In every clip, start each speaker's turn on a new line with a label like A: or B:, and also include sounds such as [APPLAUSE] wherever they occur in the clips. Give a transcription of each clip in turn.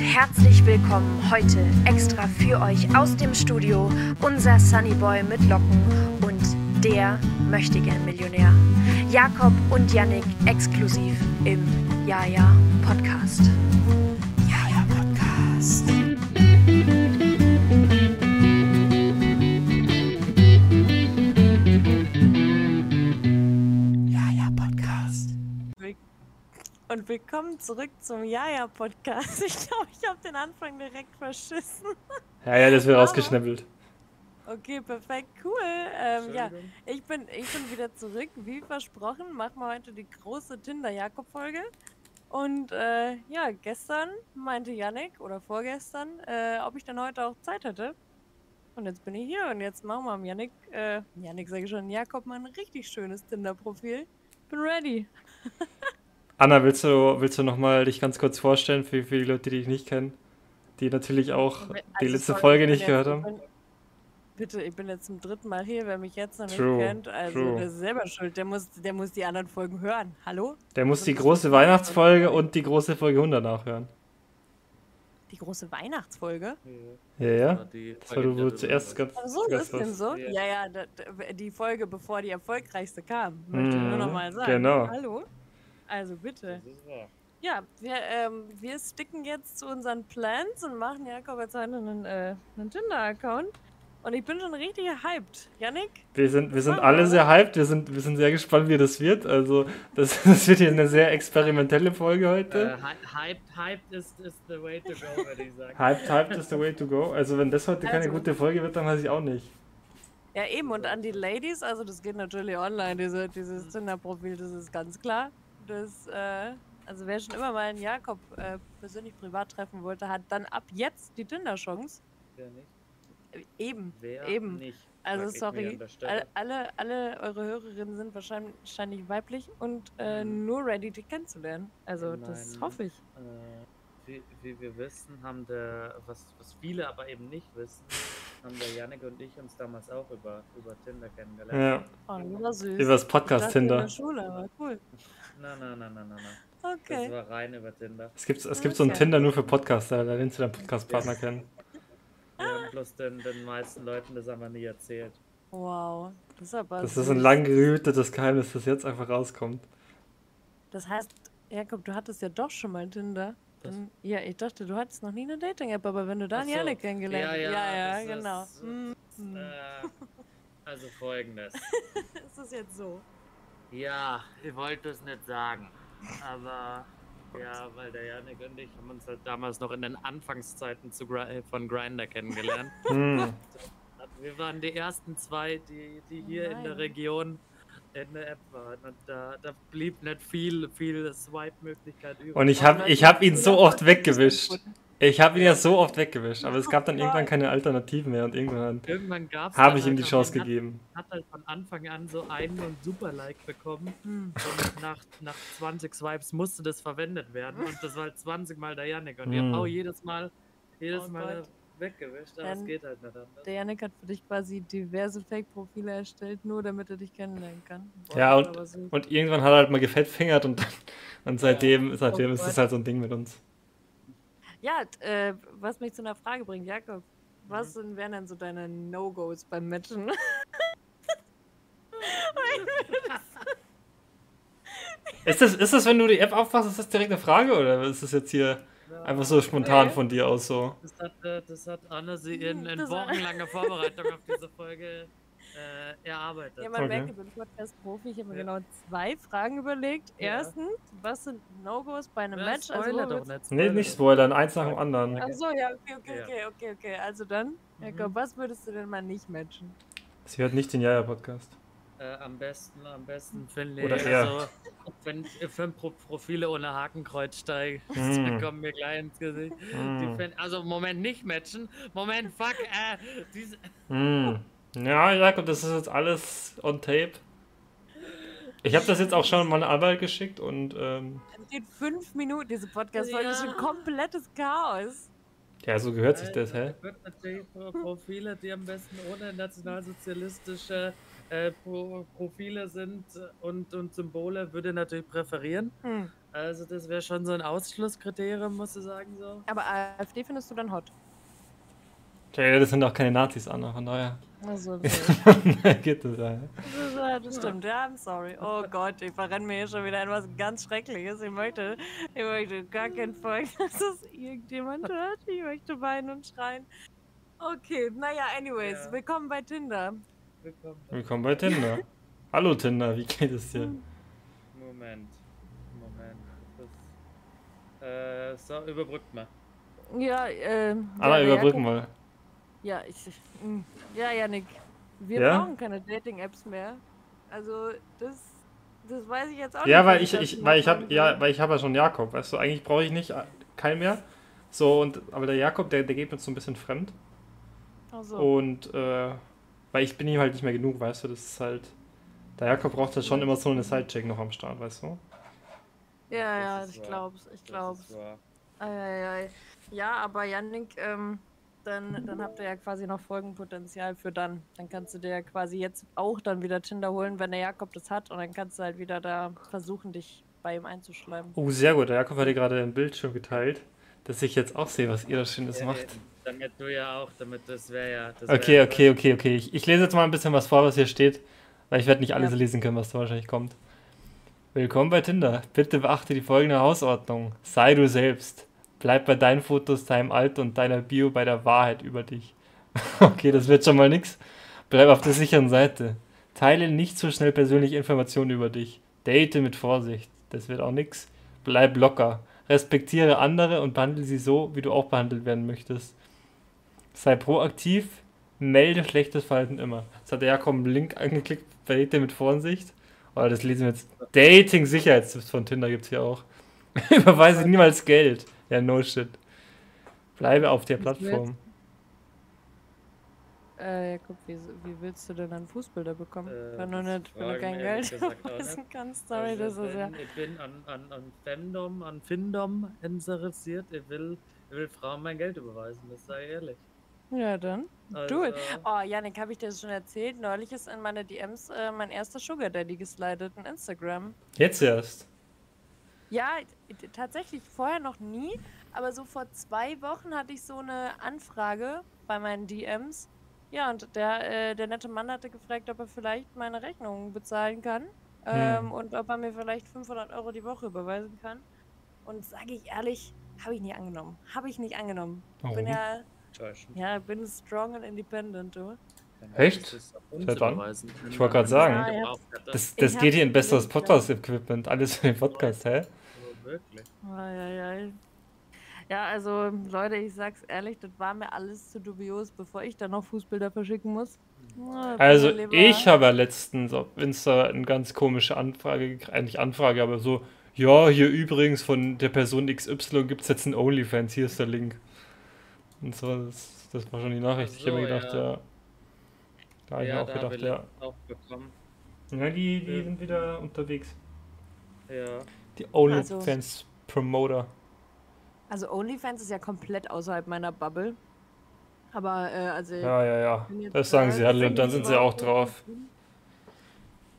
A: herzlich willkommen heute extra für euch aus dem Studio unser Sunnyboy mit Locken und der Möchtegern Millionär. Jakob und Yannick exklusiv im Jaja Podcast. Jaja Podcast.
B: Jaja Podcast.
C: Und willkommen zurück zum Jaja-Podcast. [LAUGHS] Ich glaube, ich habe den Anfang direkt verschissen.
D: Ja, ja, das wird rausgeschnippelt.
C: Okay, perfekt, cool. Ähm, ja, ich bin, ich bin wieder zurück. Wie versprochen, machen wir heute die große Tinder-Jakob-Folge. Und äh, ja, gestern meinte Yannick oder vorgestern, äh, ob ich dann heute auch Zeit hätte. Und jetzt bin ich hier und jetzt machen wir am Yannick, äh, Yannick sage ich schon, Jakob mal ein richtig schönes Tinder-Profil. Bin ready.
D: Anna, willst du, willst du nochmal dich ganz kurz vorstellen für, für die Leute, die dich nicht kennen? Die natürlich auch die
C: Also,
D: letzte
C: sorry,
D: Folge
C: ich bin
D: nicht
C: jetzt-
D: gehört
C: ich
D: haben.
C: bin- Bitte, ich bin jetzt zum dritten Mal hier, wer mich jetzt noch nicht
D: True,
C: kennt, also
D: true.
C: der ist selber schuld, der muss, der muss die anderen Folgen hören. Hallo?
D: Der muss die große Weihnachtsfolge und die große Folge 100 nachhören.
C: Die große Weihnachtsfolge?
D: Ja, ja.
E: Die
D: Das war du wohl zuerst ganz.
C: Ach so,
D: ganz
C: ist denn
D: was-
C: so? Ja, ja, da, da, die Folge, bevor die erfolgreichste kam, möchte ich nur
D: Mhm,
C: nochmal sagen.
D: genau.
C: Hallo? Also bitte. Ja, wir, ähm, wir sticken jetzt zu unseren Plans und machen Jakob jetzt heute einen, äh, einen Tinder-Account. Und ich bin schon richtig hyped. Yannick?
D: Wir sind, wir sind
C: Ah.
D: alle sehr hyped, wir sind, wir sind sehr gespannt, wie das wird. Also, das, [LAUGHS] das wird hier eine sehr experimentelle Folge
E: Äh,
D: heute.
E: hyped, hyped ist is the way to go, würde ich sagen.
D: Hyped, hyped is the way to go. Also, wenn das heute keine
C: Also.
D: gute Folge wird, dann weiß ich auch nicht.
C: Ja, eben. Und an die Ladies, also das geht natürlich online, diese, dieses
E: Mhm.
C: Tinder-Profil, das ist ganz klar. Das, äh, also wer schon immer mal einen Jakob äh, persönlich privat treffen wollte, hat dann ab jetzt die Tinder-Chance.
E: Wer nicht?
C: Äh, Eben,
E: Wer
C: eben.
E: nicht?
C: Also
E: Sag ich mir
C: sorry,
E: an der Stelle.
C: alle, alle, alle eure Hörerinnen sind wahrscheinlich, wahrscheinlich weiblich und äh,
E: Mhm.
C: nur ready, dich kennenzulernen. Also das
E: Nein.
C: hoffe ich.
E: Äh, wie, wie wir wissen, haben der, was, was viele aber eben nicht wissen, haben der Janik und ich uns damals auch über, über Tinder kennengelernt.
D: Ja,
C: Oh, das war süß.
D: über das
C: Ich dachte, In der
D: Podcast-Tinder.
C: Schule, aber cool.
E: Na, na, na, na, na, na. Das
C: Okay.
E: war rein über Tinder.
D: Es gibt, es gibt so ein
C: Okay.
D: Tinder nur für Podcaster, da lernst du deinen Podcast-Partner kennen.
E: Wir haben bloß den, den meisten Leuten das aber nie erzählt.
C: Wow. Das ist aber
D: Das ist ein
C: süß.
D: lang gehütetes Geheimnis, das jetzt einfach rauskommt.
C: Das heißt, Jakob, du hattest ja doch schon mal Tinder.
E: Was?
C: Dann, ja, ich dachte, du hattest noch nie eine Dating-App, aber wenn du da
E: Ach
C: einen
E: so.
C: Janik kennengelernt hast.
E: Ja, ja, das
C: ja, genau.
E: ist-
C: Hm, hm.
E: Äh, [LAUGHS] also folgendes.
C: Ist das jetzt so?
E: Ja, ihr wollt es nicht sagen. Aber ja, weil der Janik und ich haben uns halt damals noch in den Anfangszeiten zu Gri äh, von Grinder kennengelernt.
C: [LAUGHS]
E: Also
D: Hm.
E: Wir waren die ersten zwei, die, die
C: Oh
E: hier in
C: nein.
E: der Region in der App waren. Und da, da blieb nicht viel, viel Swipe-Möglichkeit übrig.
D: Und ich habe ich hab ihn so oft weggewischt. Ich habe ihn ja so oft weggewischt, aber es gab dann irgendwann keine Alternativen mehr und irgendwann
E: Irgendwann gab's
D: habe
E: dann
D: ich ihm die
E: halt-
D: Chance
E: man hat-
D: gegeben.
E: Hat halt von Anfang an so einen und Super-Like bekommen.
C: Hm.
E: Und nach, nach 20 Swipes musste das verwendet werden. Und das war halt 20 Mal der Yannick. Und
D: Mm.
E: ich habe auch jedes Mal, jedes
C: Oh
E: Mal
C: Gott.
E: weggewischt. Aber
C: Dann-
E: es geht halt nicht anders.
C: Der Janik hat für dich quasi diverse Fake-Profile erstellt, nur damit er dich kennenlernen kann.
D: Ja,
C: das ist
D: und-
C: aber süß.
D: Und irgendwann hat er halt mal gefettfingert und, und seitdem, seitdem ist es halt so ein Ding mit uns.
C: ja d- äh, was mich zu einer Frage bringt, Jakob. Was sind, wären denn so deine No-Gos beim
E: [LAUGHS]
C: Matchen?
D: Ist das, ist das wenn du die App aufmachst, ist das direkt eine Frage oder ist das jetzt hier
E: Ja.
D: einfach so spontan von dir aus so?
E: Das hat, äh, das hat Anne sie in, in
C: Hm, Das war-
E: wochenlanger Vorbereitung auf diese Folge äh, erarbeitet.
C: Ja, man
D: Okay.
C: merkt, ich bin Podcast-Profi. Ich habe mir
E: Ja.
C: genau zwei Fragen überlegt.
E: Ja.
C: Erstens, was sind No-Gos bei einem
E: Ja,
C: Match? Also,
E: Spoiler
C: wo
E: doch
C: wird's-
E: nicht.
D: Nee,
E: Spoiler
D: nicht
E: doch.
D: spoilern, eins nach dem anderen.
C: Ach so, ja, okay, okay,
E: Ja.
C: okay, okay, okay. Also dann, Jakob, was würdest du denn mal nicht matchen?
D: Sie hört nicht den Jaja-Podcast.
E: Äh, am besten, am besten Finley.
D: Oder er.
E: also, wenn fünf Pro Profile ohne Hakenkreuz [LAUGHS] steigen,
D: Mm.
E: die kommen mir gleich ins Gesicht. Die
D: Mm.
E: Fin also Moment nicht matchen. Moment, fuck, äh, diese,
D: Hm. Ja, Jakob, das ist jetzt alles on tape. Ich habe das jetzt auch schon an meine Arbeit geschickt und ähm,
C: Es geht fünf Minuten, diese Podcast-Folge ist ein
E: Ja.
C: komplettes Chaos.
D: ja, so gehört sich das, hä?
E: Wird natürlich Pro Profile, die am besten ohne nationalsozialistische äh, Pro Profile sind und, und Symbole, würde natürlich präferieren.
C: Hm.
E: Also das wäre schon so ein Ausschlusskriterium, musst du sagen so.
C: Aber AfD findest du dann hot.
D: Okay, das sind auch keine Nazis, Anna, von daher. [LAUGHS]
C: Also, das
D: Geht das, ja.
C: ist, äh, das stimmt, ja, I'm sorry. Oh Gott, ich verrenne mir hier schon wieder etwas ganz Schreckliches. Ich möchte, ich möchte gar kein Volk, [LAUGHS] dass das irgendjemand hört. Ich möchte weinen und schreien. Okay, naja, anyways,
E: Ja.
C: willkommen bei Tinder.
E: Willkommen.
D: Willkommen bei Tinder. Hallo Tinder, wie geht es dir?
E: Moment. Moment. Das, äh, so, überbrückt mal.
C: Ja, ähm. ja,
D: Anna,
C: der
D: überbrücken
C: Jakob-
D: mal.
C: Ja, ich. mm. Ja, Janik. Wir
D: Ja?
C: brauchen keine Dating-Apps mehr. Also, das. Das weiß ich jetzt auch nicht.
D: Ja,
C: was
D: weil ich,
C: dazu
D: ich,
C: noch
D: weil ich
C: sagen
D: hab,
C: soll.
D: ja, weil ich habe ja schon Jakob, weißt du, eigentlich brauche ich nicht äh, keinen mehr. So, und aber der Jakob, der, der geht mir so ein bisschen fremd.
C: Ach so.
D: Und äh, weil ich bin ihm halt nicht mehr genug, weißt du, das ist halt. Der Jakob braucht halt schon immer so eine Sidecheck noch am Start, weißt du?
C: Ja,
E: Das
C: ja,
E: ist
C: ich
E: wahr.
C: glaub's, ich
E: Das
C: glaub's.
E: ist wahr.
C: Eieiei. Ja, aber Yannick, ähm, dann, dann habt ihr ja quasi noch Folgenpotenzial für dann. Dann kannst du dir ja quasi jetzt auch dann wieder Tinder holen, wenn der Jakob das hat. Und dann kannst du halt wieder da versuchen, dich bei ihm einzuschleimen.
D: Oh, sehr gut. Der Jakob hat dir gerade ein Bildschirm geteilt, dass ich jetzt auch sehe, was ihr da Schönes
E: Ja,
D: macht.
E: eben. Äh, Damit du ja auch, damit das wäre ja. Das wär
D: Okay,
E: ja
D: okay, okay, okay. Ich, ich lese jetzt mal ein bisschen was vor, was hier steht, weil ich werde nicht alles
C: Ja.
D: lesen können, was da wahrscheinlich kommt. Willkommen bei Tinder. Bitte beachte die folgende Hausordnung. Sei du selbst. Bleib bei deinen Fotos, deinem Alter und deiner Bio bei der Wahrheit über dich. [LAUGHS] okay, das wird schon mal nix. Bleib auf der sicheren Seite. Teile nicht so schnell persönliche Informationen über dich. Date mit Vorsicht. Das wird auch nix. Bleib locker. Respektiere andere und behandle sie so, wie du auch behandelt werden möchtest. Sei proaktiv, melde schlechtes Verhalten immer. Jetzt hat der Jakob einen Link angeklickt, date mit Vorsicht. Oh, das lesen wir jetzt. Dating-Sicherheitstipps von Tinder gibt's hier auch. [LAUGHS] Überweise niemals Geld. Ja, no shit. Bleibe auf der
C: Was willst
D: Plattform.
C: Äh, Jakob, wie, wie willst du denn dann Fußbilder bekommen?
E: Äh,
C: wenn du
E: das
C: nicht, wenn du
E: fragen
C: kein
E: wir ehrlich
C: Geld [LAUGHS]
E: gesagt auch
C: verpassen
E: nicht.
C: kannst. Sorry,
E: Also
C: das ist ja.
E: bin- Ich bin an, an, an Femdom, an Findom interessiert. Ich will, ich will Frauen mein Geld überweisen, das sei ehrlich.
C: Ja, dann.
E: Also,
C: Do it. Oh, Janik, habe ich dir das schon erzählt? Neulich ist in meine DMs äh, mein erster Sugar Daddy geslidet in Instagram.
D: Jetzt erst.
C: Ja, t- tatsächlich vorher noch nie, aber so vor zwei Wochen hatte ich so eine Anfrage bei meinen DMs. Ja, und der, äh, der nette Mann hatte gefragt, ob er vielleicht meine Rechnung bezahlen kann ähm,
D: Hm.
C: und ob er mir vielleicht 500 Euro die Woche überweisen kann. Und sage ich ehrlich, habe ich nie angenommen. Habe ich nicht angenommen.
D: Warum?
C: Bin ja,
E: Enttäuschend.
C: ja, bin strong and independent, du.
E: Dann
D: Echt?
E: müsstest du es auf uns
D: Verdammt.
E: überweisen.
D: Ich wollte gerade sagen.
C: Ah, ja.
D: Das,
C: Ich
D: das
C: hab
D: geht hier in besseres
C: gelinkt, ja.
D: Podcast-Equipment. Alles für den Podcast, hä?
E: Oh, wirklich.
C: Eieiei. Ja, also Leute, ich sag's ehrlich, das war mir alles zu dubios, bevor ich dann noch Fußbilder verschicken muss. Na,
D: Also
C: lieber-
D: ich habe ja letztens auf Insta eine ganz komische Anfrage, gekriegt- eigentlich Anfrage, aber so, ja, hier übrigens von der Person XY gibt es jetzt einen Onlyfans, hier ist der Link. Und so, das, das war schon die Nachricht. ich
E: Ach
D: habe mir
E: so,
D: gedacht,
E: ja.
D: ja. Da habe ich mir
E: ja,
D: auch
E: da
D: gedacht,
E: will Hm.
D: ja.
E: ich auch bekommen.
D: Ja, die, die
E: Ja.
D: sind wieder unterwegs.
E: Ja.
D: Die Onlyfans Promoter.
C: Also OnlyFans ist ja komplett außerhalb meiner Bubble. Aber äh, also
D: Ja, ja, ja.
C: bin jetzt
D: Das sagen
C: da,
D: sie alle und
C: deswegen
D: dann sind sie auch
C: überhaupt
D: drauf.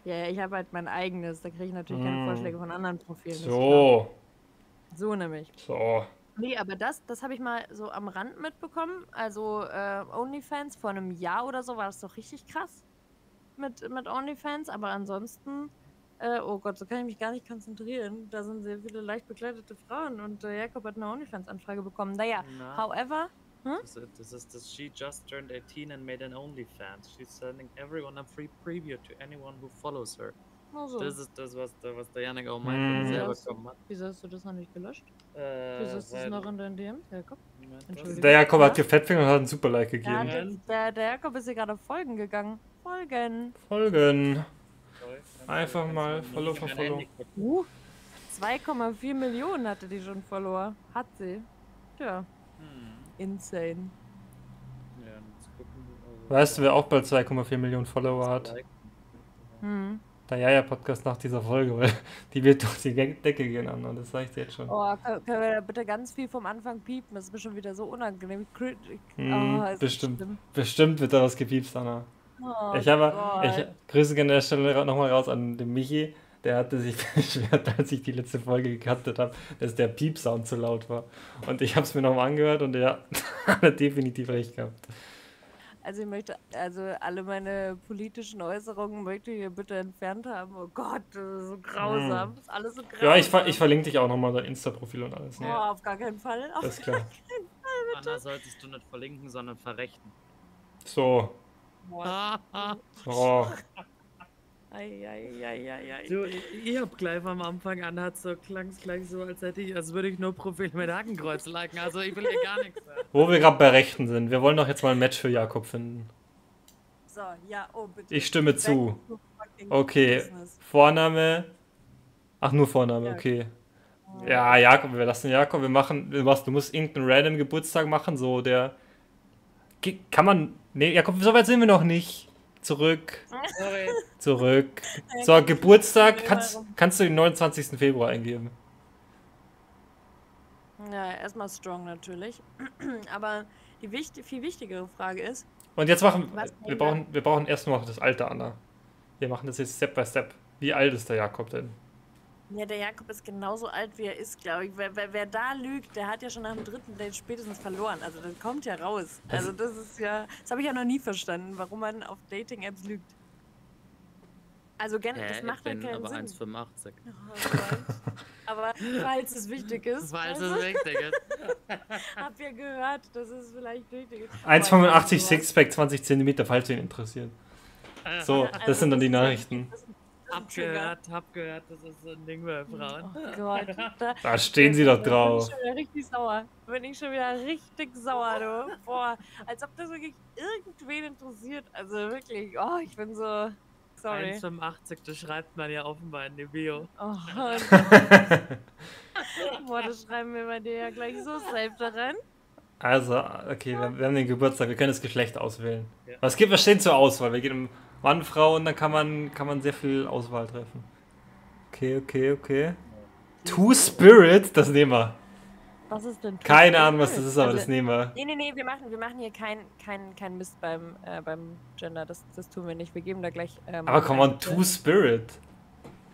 C: ja, ja, ich habe halt mein eigenes, da kriege ich natürlich keine
D: Mm.
C: Vorschläge von anderen Profilen. ist klar.
D: So,
C: So nämlich.
D: so.
C: Nee, Ne, aber das, das habe ich mal so am Rand mitbekommen. Also äh, OnlyFans vor einem Jahr oder so war das doch richtig krass mit, mit OnlyFans. Aber ansonsten, äh, oh Gott, so kann ich mich gar nicht konzentrieren. Da sind sehr viele leicht bekleidete Frauen und äh, Jakob hat eine OnlyFans-Anfrage bekommen. Naja,
E: Na,
C: however,
E: Das, ist- das ist das She just turned 18 and made an OnlyFans. She's sending everyone a free preview to anyone who follows her.
C: nur so.
E: Das ist das, was, der- was der Janik auch meinte,
D: Mhm.
E: mm.
C: Ja,
E: selber
C: das-
E: bekommen hat.
C: Wieso hast du das noch nicht gelöscht?
E: Äh,
C: Wieso ist das
E: weil-
C: noch in deinen DMs, Jakob?
E: Moment,
C: Entschuldigung.
D: Der Jakob hat
C: Also, Ja.
D: gefettfingert und hat einen Super-Like
C: Der, hat
D: gegeben.
E: Moment.
C: jetzt, der, der Jakob ist hier gerade auf Folgen gegangen. Folgen.
D: Folgen.
E: was- sorry, ganz
D: Einfach
E: kurz,
D: mal
E: ganz kurz,
D: Follow
E: ich hab
D: for
E: mein
D: Follow.
E: Handy geguckt.
C: Uh, 2,4 Millionen hatte die schon Follower. Hat sie. Tja,
E: Hm,
C: insane.
E: ja, jetzt gucken, also-
D: Weißt du, wer auch bald 2,4 Millionen Follower hat?
E: Like.
C: Hm.
D: Der Jaja-Podcast nach dieser Folge, weil [LAUGHS] die wird durch die Ge- Decke gehen, Anna, das sag ich dir jetzt schon.
C: Oh, kö- können wir da bitte ganz viel vom Anfang piepen? Das ist mir schon wieder so unangenehm. Cri-
D: Hm,
C: Ah, ist das
D: bestimmt.
C: schlimm.
D: Bestimmt wird da was gepiepst, Anna.
C: Oh
D: Ich habe,
C: Gott.
D: ich grüße an der Stelle nochmal raus an den Michi. Der hatte sich [LAUGHS] beschwert, als ich die letzte Folge gecuttet habe, dass der Piep-Sound zu laut war. Und ich habe es mir nochmal angehört und er [LAUGHS] hat definitiv recht gehabt.
C: Also ich möchte, also alle meine politischen Äußerungen möchte ich hier bitte entfernt haben. Oh Gott, das ist so grausam. Das ist alles so grausam.
D: Hm. Ja, ich, ver ich verlinke dich auch nochmal dein Insta-Profil und alles.
C: Oh,
D: Ne?
C: auf gar keinen Fall. Auf
D: Alles
C: [LAUGHS]
D: klar.
E: Anna solltest du nicht verlinken, sondern verrechten.
D: So.
C: Boah.
E: [LAUGHS] du,
D: Oh.
C: Ei, ei, ei, ei, ei.
E: ich hab gleich am Anfang an hat so klang's gleich so, als hätte ich, als würde ich nur Profil mit Hakenkreuz liken. Also ich will dir gar nichts sagen.
D: Wo wir gerade bei Rechten sind. Wir wollen doch jetzt mal ein Match für Jakob finden.
C: So, ja, oh bitte.
D: Ich stimme
C: Back
D: zu.
C: to fucking
D: Okay.
C: business.
D: Vorname. Ach, nur Vorname,
C: Ja. Oh.
D: okay. Ja, Jakob, wir lassen Jakob. Wir machen, du machst, du musst irgendeinen random Geburtstag machen, so der. Ge- Kann man. Nee, Jakob, so weit sind wir noch nicht. Zurück,
E: Sorry.
D: zurück.
C: [LAUGHS]
D: So, Geburtstag,
C: Immer
D: kannst,
C: rum.
D: kannst du den 29. Februar eingeben.
C: Ja, erstmal strong natürlich. [CLEARS THROAT] Aber die wichtig, viel wichtigere Frage ist,
D: Und jetzt machen
C: Was wollen
D: wir
C: wir?
D: brauchen, wir brauchen erst noch das Alter, Anna. Wir machen das jetzt Step by Step. Wie alt ist der Jakob denn?
C: Ja, der Jakob ist genauso alt, wie er ist, glaube ich. Wer, wer, wer da lügt, der hat ja schon nach dem dritten Date spätestens verloren. Also das kommt ja raus. Also das ist ja, das habe ich ja noch nie verstanden, warum man auf Dating-Apps lügt. Also gerne, das macht ja keinen Sinn.
E: 1,85.
C: Oh Gott. aber falls es wichtig ist,
E: Falls
C: also,
E: es richtig
C: [LAUGHS]
E: ist.
C: habt ihr gehört, dass es vielleicht wichtig ist. Aber ich glaube,
D: 1,85
C: sowas-
D: Sixpack, 20 Zentimeter, falls ihn interessiert. So,
C: Also
D: das sind dann die
C: das ist-
D: Nachrichten.
C: das ist ein Trigger.
E: Abgehört, hab gehört, das ist so ein Ding bei Frauen.
C: Oh Gott, da,
D: Da stehen sie doch
C: Bin ich
D: drauf.
C: schon wieder richtig sauer. Bin ich schon wieder richtig sauer, du. Boah, als ob das wirklich irgendwen interessiert. Also wirklich, oh, ich bin so. Sorry.
E: 1,85, das schreibt man ja offenbar in die Bio.
C: Oh, boah, das schreiben wir bei dir ja gleich so safe da rein.
D: Also, okay, wir, wir haben den Geburtstag, wir können das Geschlecht auswählen. Was gibt, was steht zur Auswahl? Wir gehen um Mann, Frau und dann kann man, kann man sehr viel Auswahl treffen. Okay, okay, okay. Two Spirit, das nehmen wir.
C: Was ist denn?
D: Keine Ahnung, was das ist, aber
C: Also-
D: das nehmen wir.
C: Nee, nee, nee, wir machen, wir machen hier keinen kein, kein Mist beim, äh, beim Gender. Das, das tun wir nicht. Wir geben da gleich. Ähm,
D: Aber come on,
C: eine-
D: Two Spirit.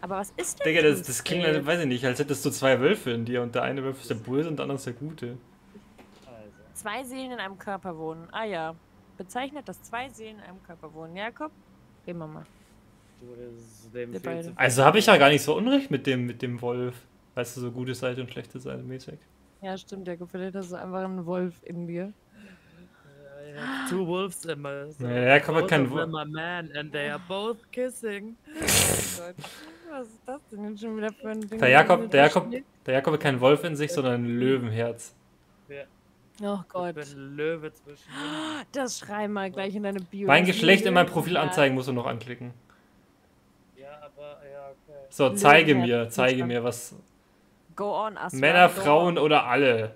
C: Aber was ist denn?
D: Digga, das,
C: Two
D: das klingt,
C: Spirit?
D: weiß ich nicht, als hättest du zwei Wölfe in dir und der eine Wolf ist der Böse und der andere ist der Gute.
E: Also,
C: Zwei Seelen in einem Körper wohnen. Ah ja. Bezeichnet, dass zwei Seelen in einem Körper wohnen. Jakob, reden wir mal.
E: Du, das ist dem
C: Wir
E: viel
C: beide.
E: zu
D: Also habe ich ja gar nicht so unrecht mit dem, mit dem Wolf. Weißt du, so gute Seite und schlechte Seite mäßig.
C: Ja, stimmt, Jakob. Vielleicht hast du einfach einen Wolf in dir.
E: Two wolves immer. So.
D: Naja, der Jakob hat
E: Both
D: keinen
E: of
D: Wolf.
E: them are men and they are both kissing.
C: Gott. Was ist das denn jetzt schon wieder für ein Ding?
D: Der Jakob,
C: mit
D: der
C: dem
D: Jakob,
C: Schnitt?
D: der Jakob hat keinen Wolf in sich, sondern ein Löwenherz.
C: Oh
E: Ich
C: Gott.
E: bin Löwe zwischen.
C: Das schrei mal gleich in deine Bio.
D: Mein
C: Das
D: Geschlecht in meinem
C: Löwen-
D: Profil anzeigen musst du noch anklicken.
E: Ja, aber ja, okay.
D: So, zeige
C: Löwenherz,
D: mir,
C: nicht
D: zeige
C: wahr?
D: mir, was.
C: Go on, Astra.
D: Männer,
C: go
D: Frauen
C: on.
D: oder alle.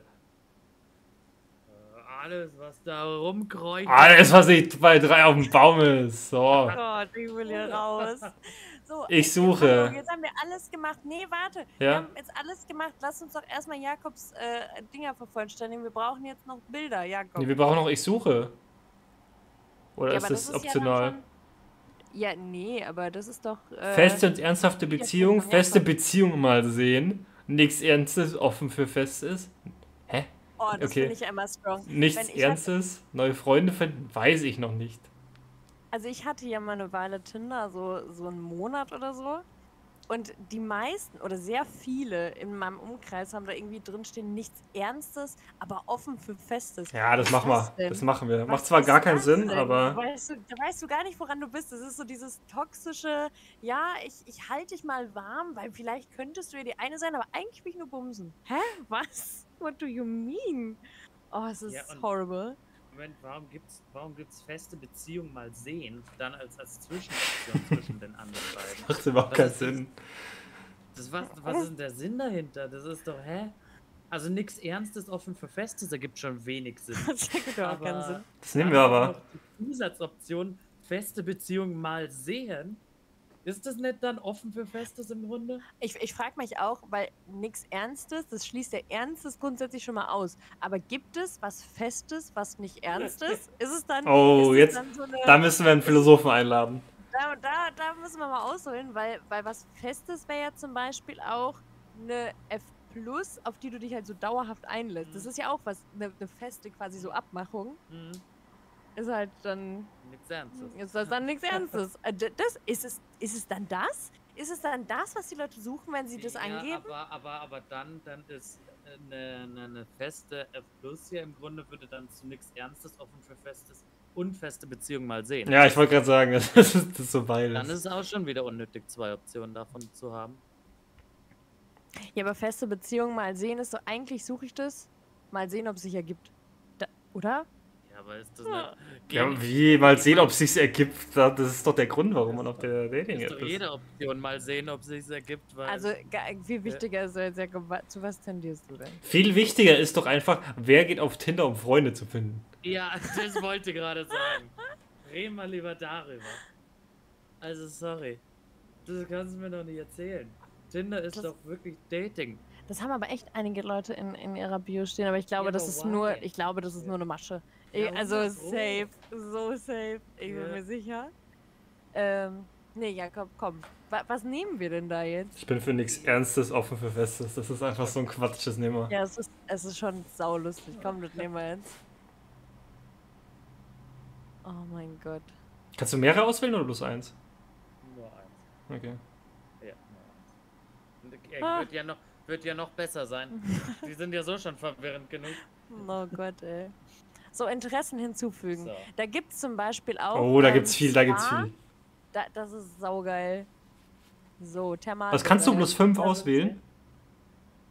E: Äh, Alles, was da rumkreucht.
D: Alles, was ich bei drei auf dem Baum ist. So.
C: Oh Gott, ich will hier raus. So,
D: Ich
C: jetzt-
D: suche.
C: Achtung, Jetzt haben wir alles gemacht. Nee, warte. Wir
D: Ja?
C: haben jetzt alles gemacht. Lass uns doch erstmal Jakobs äh, Dinger vervollständigen. Wir brauchen jetzt noch Bilder, Jakob.
D: Nee, wir brauchen noch Ich suche. Oder
C: Ja,
D: ist
C: aber
D: das,
C: ist ja dann
D: optional?
C: schon- Ja, nee, aber das ist doch. Äh,
D: feste und ernsthafte Beziehung,
C: ja,
D: feste
C: ja.
D: Beziehung mal sehen. Nichts Ernstes, offen für Festes.
C: Oh, das
D: okay.
C: finde ich einmal strong.
D: Nichts
C: Wenn ich halt
D: Ernstes, neue Freunde finden, weiß ich noch nicht.
C: Also ich hatte ja mal eine Weile Tinder, so, so einen Monat oder so. Und die meisten oder sehr viele in meinem Umkreis haben da irgendwie drinstehen, nichts Ernstes, aber offen für Festes.
D: Ja, das
C: Was
D: machen wir.
C: denn?
D: Das machen wir.
C: Was
D: Macht zwar
C: ist
D: gar keinen
C: das
D: Sinn,
C: denn? [LAUGHS]
D: aber.
C: Weißt du, da weißt du gar nicht, woran du bist. Das ist so dieses toxische, ja, ich, ich halte dich mal warm, weil vielleicht könntest du ja die eine sein, aber eigentlich will ich nur bumsen. Hä? Was? [LAUGHS] What do you mean? Oh, es ist
E: Ja, und-
C: horrible. [LAUGHS]
E: Moment, warum gibt's, warum gibt's feste Beziehung mal sehen, dann als, als Zwischenoption zwischen den anderen beiden?
D: [LAUGHS] Macht überhaupt
E: Was
D: keinen
E: ist das?
D: Sinn.
E: Das, was, was ist denn der Sinn dahinter? Das ist doch, hä? Also nichts Ernstes offen für Festes ergibt schon wenig Sinn.
C: Das ergibt auch
E: Aber-
C: keinen Sinn.
D: Das nehmen wir aber.
E: Noch die Zusatzoption feste Beziehung mal sehen. Ist das nicht dann offen für Festes im Grunde?
C: Ich, ich frage mich auch, weil nichts Ernstes, das schließt ja Ernstes grundsätzlich schon mal aus. Aber gibt es was Festes, was
E: [LAUGHS]
C: nicht Ernstes? Ist es dann. ist
D: Oh,
C: es
D: jetzt,
C: Dann so eine,
D: da müssen wir einen Philosophen einladen.
C: da, da, da müssen wir mal ausholen, weil, weil was Festes wäre ja zum Beispiel auch eine F, auf die du dich halt so dauerhaft einlässt. Das ist ja auch was, eine, eine feste quasi so Abmachung.
E: Hm,
C: Ist halt dann.
E: nichts Ernstes.
C: Ist das dann [LAUGHS] nichts Ernstes? Äh, d- Das, ist, es, ist es dann das? Ist es dann das, was die Leute suchen, wenn sie das
E: Ja,
C: angeben?
E: Aber, aber, aber dann, dann ist äh, eine, eine, eine ne feste F plus hier im Grunde würde dann zu nichts Ernstes offen für festes und feste Beziehung mal sehen.
D: Ja, ich wollte gerade sagen, [LAUGHS] das ist, das ist so
E: Dann
D: beides.
E: ist es auch schon wieder unnötig, zwei Optionen davon zu haben.
C: Ja, aber feste Beziehungen mal sehen ist so, eigentlich suche ich das, mal sehen, ob es sich ergibt. Da, oder?
E: Ja, aber ist das
C: Ja.
E: nicht.
D: Ja, wie? Mal sehen, ob es sich ergibt. Da- Das ist doch der Grund, warum man auf der
E: ist
D: Dating-App
E: doch
D: ist.
E: jede Option mal sehen, ob es sich ergibt, weil.
C: Also, ga- viel wichtiger ist jetzt, Jakob, wa- zu was tendierst du denn?
D: Viel wichtiger ist doch einfach, wer geht auf Tinder, um Freunde zu finden.
E: ja, [LAUGHS] das wollte ich gerade sagen. Reden wir lieber darüber. Also, sorry. Das kannst du mir doch nicht erzählen. Tinder ist
C: Das-
E: doch wirklich Dating.
C: Das haben aber echt einige Leute in, in ihrer Bio stehen, aber ich glaube,
E: Ja,
C: das
E: aber
C: ist
E: why?
C: nur, ich glaube, das ist nur eine Masche. Ich,
E: Ja,
C: also,
E: 100 Pro.
C: safe, so safe, ich
E: Ja.
C: bin mir sicher. Ähm, nee, Jakob, komm, wa was nehmen wir denn da jetzt?
D: Ich bin für nichts Ernstes offen für Festes. Das ist einfach so ein Quatsch, das nehmen wir.
C: Ja, es ist, es ist schon saulustig. Komm, das nehmen wir jetzt. Oh mein Gott.
D: Kannst du mehrere auswählen oder bloß eins?
E: Nur eins.
D: Okay.
E: Ja. Und, äh,
C: Ah.
E: Wird, ja noch, wird ja noch besser [LAUGHS] sein. Die sind ja so schon verwirrend genug.
C: Oh Gott, ey. So, Interessen hinzufügen.
E: So.
C: Da gibt's zum Beispiel auch.
D: Oh, da
C: ähm,
D: gibt's viel, da gibt's
C: Spa.
D: viel.
C: Da, das ist saugeil. So, Thermal.
D: Was kannst du
C: Duell.
D: bloß fünf
C: Das ist-
D: auswählen?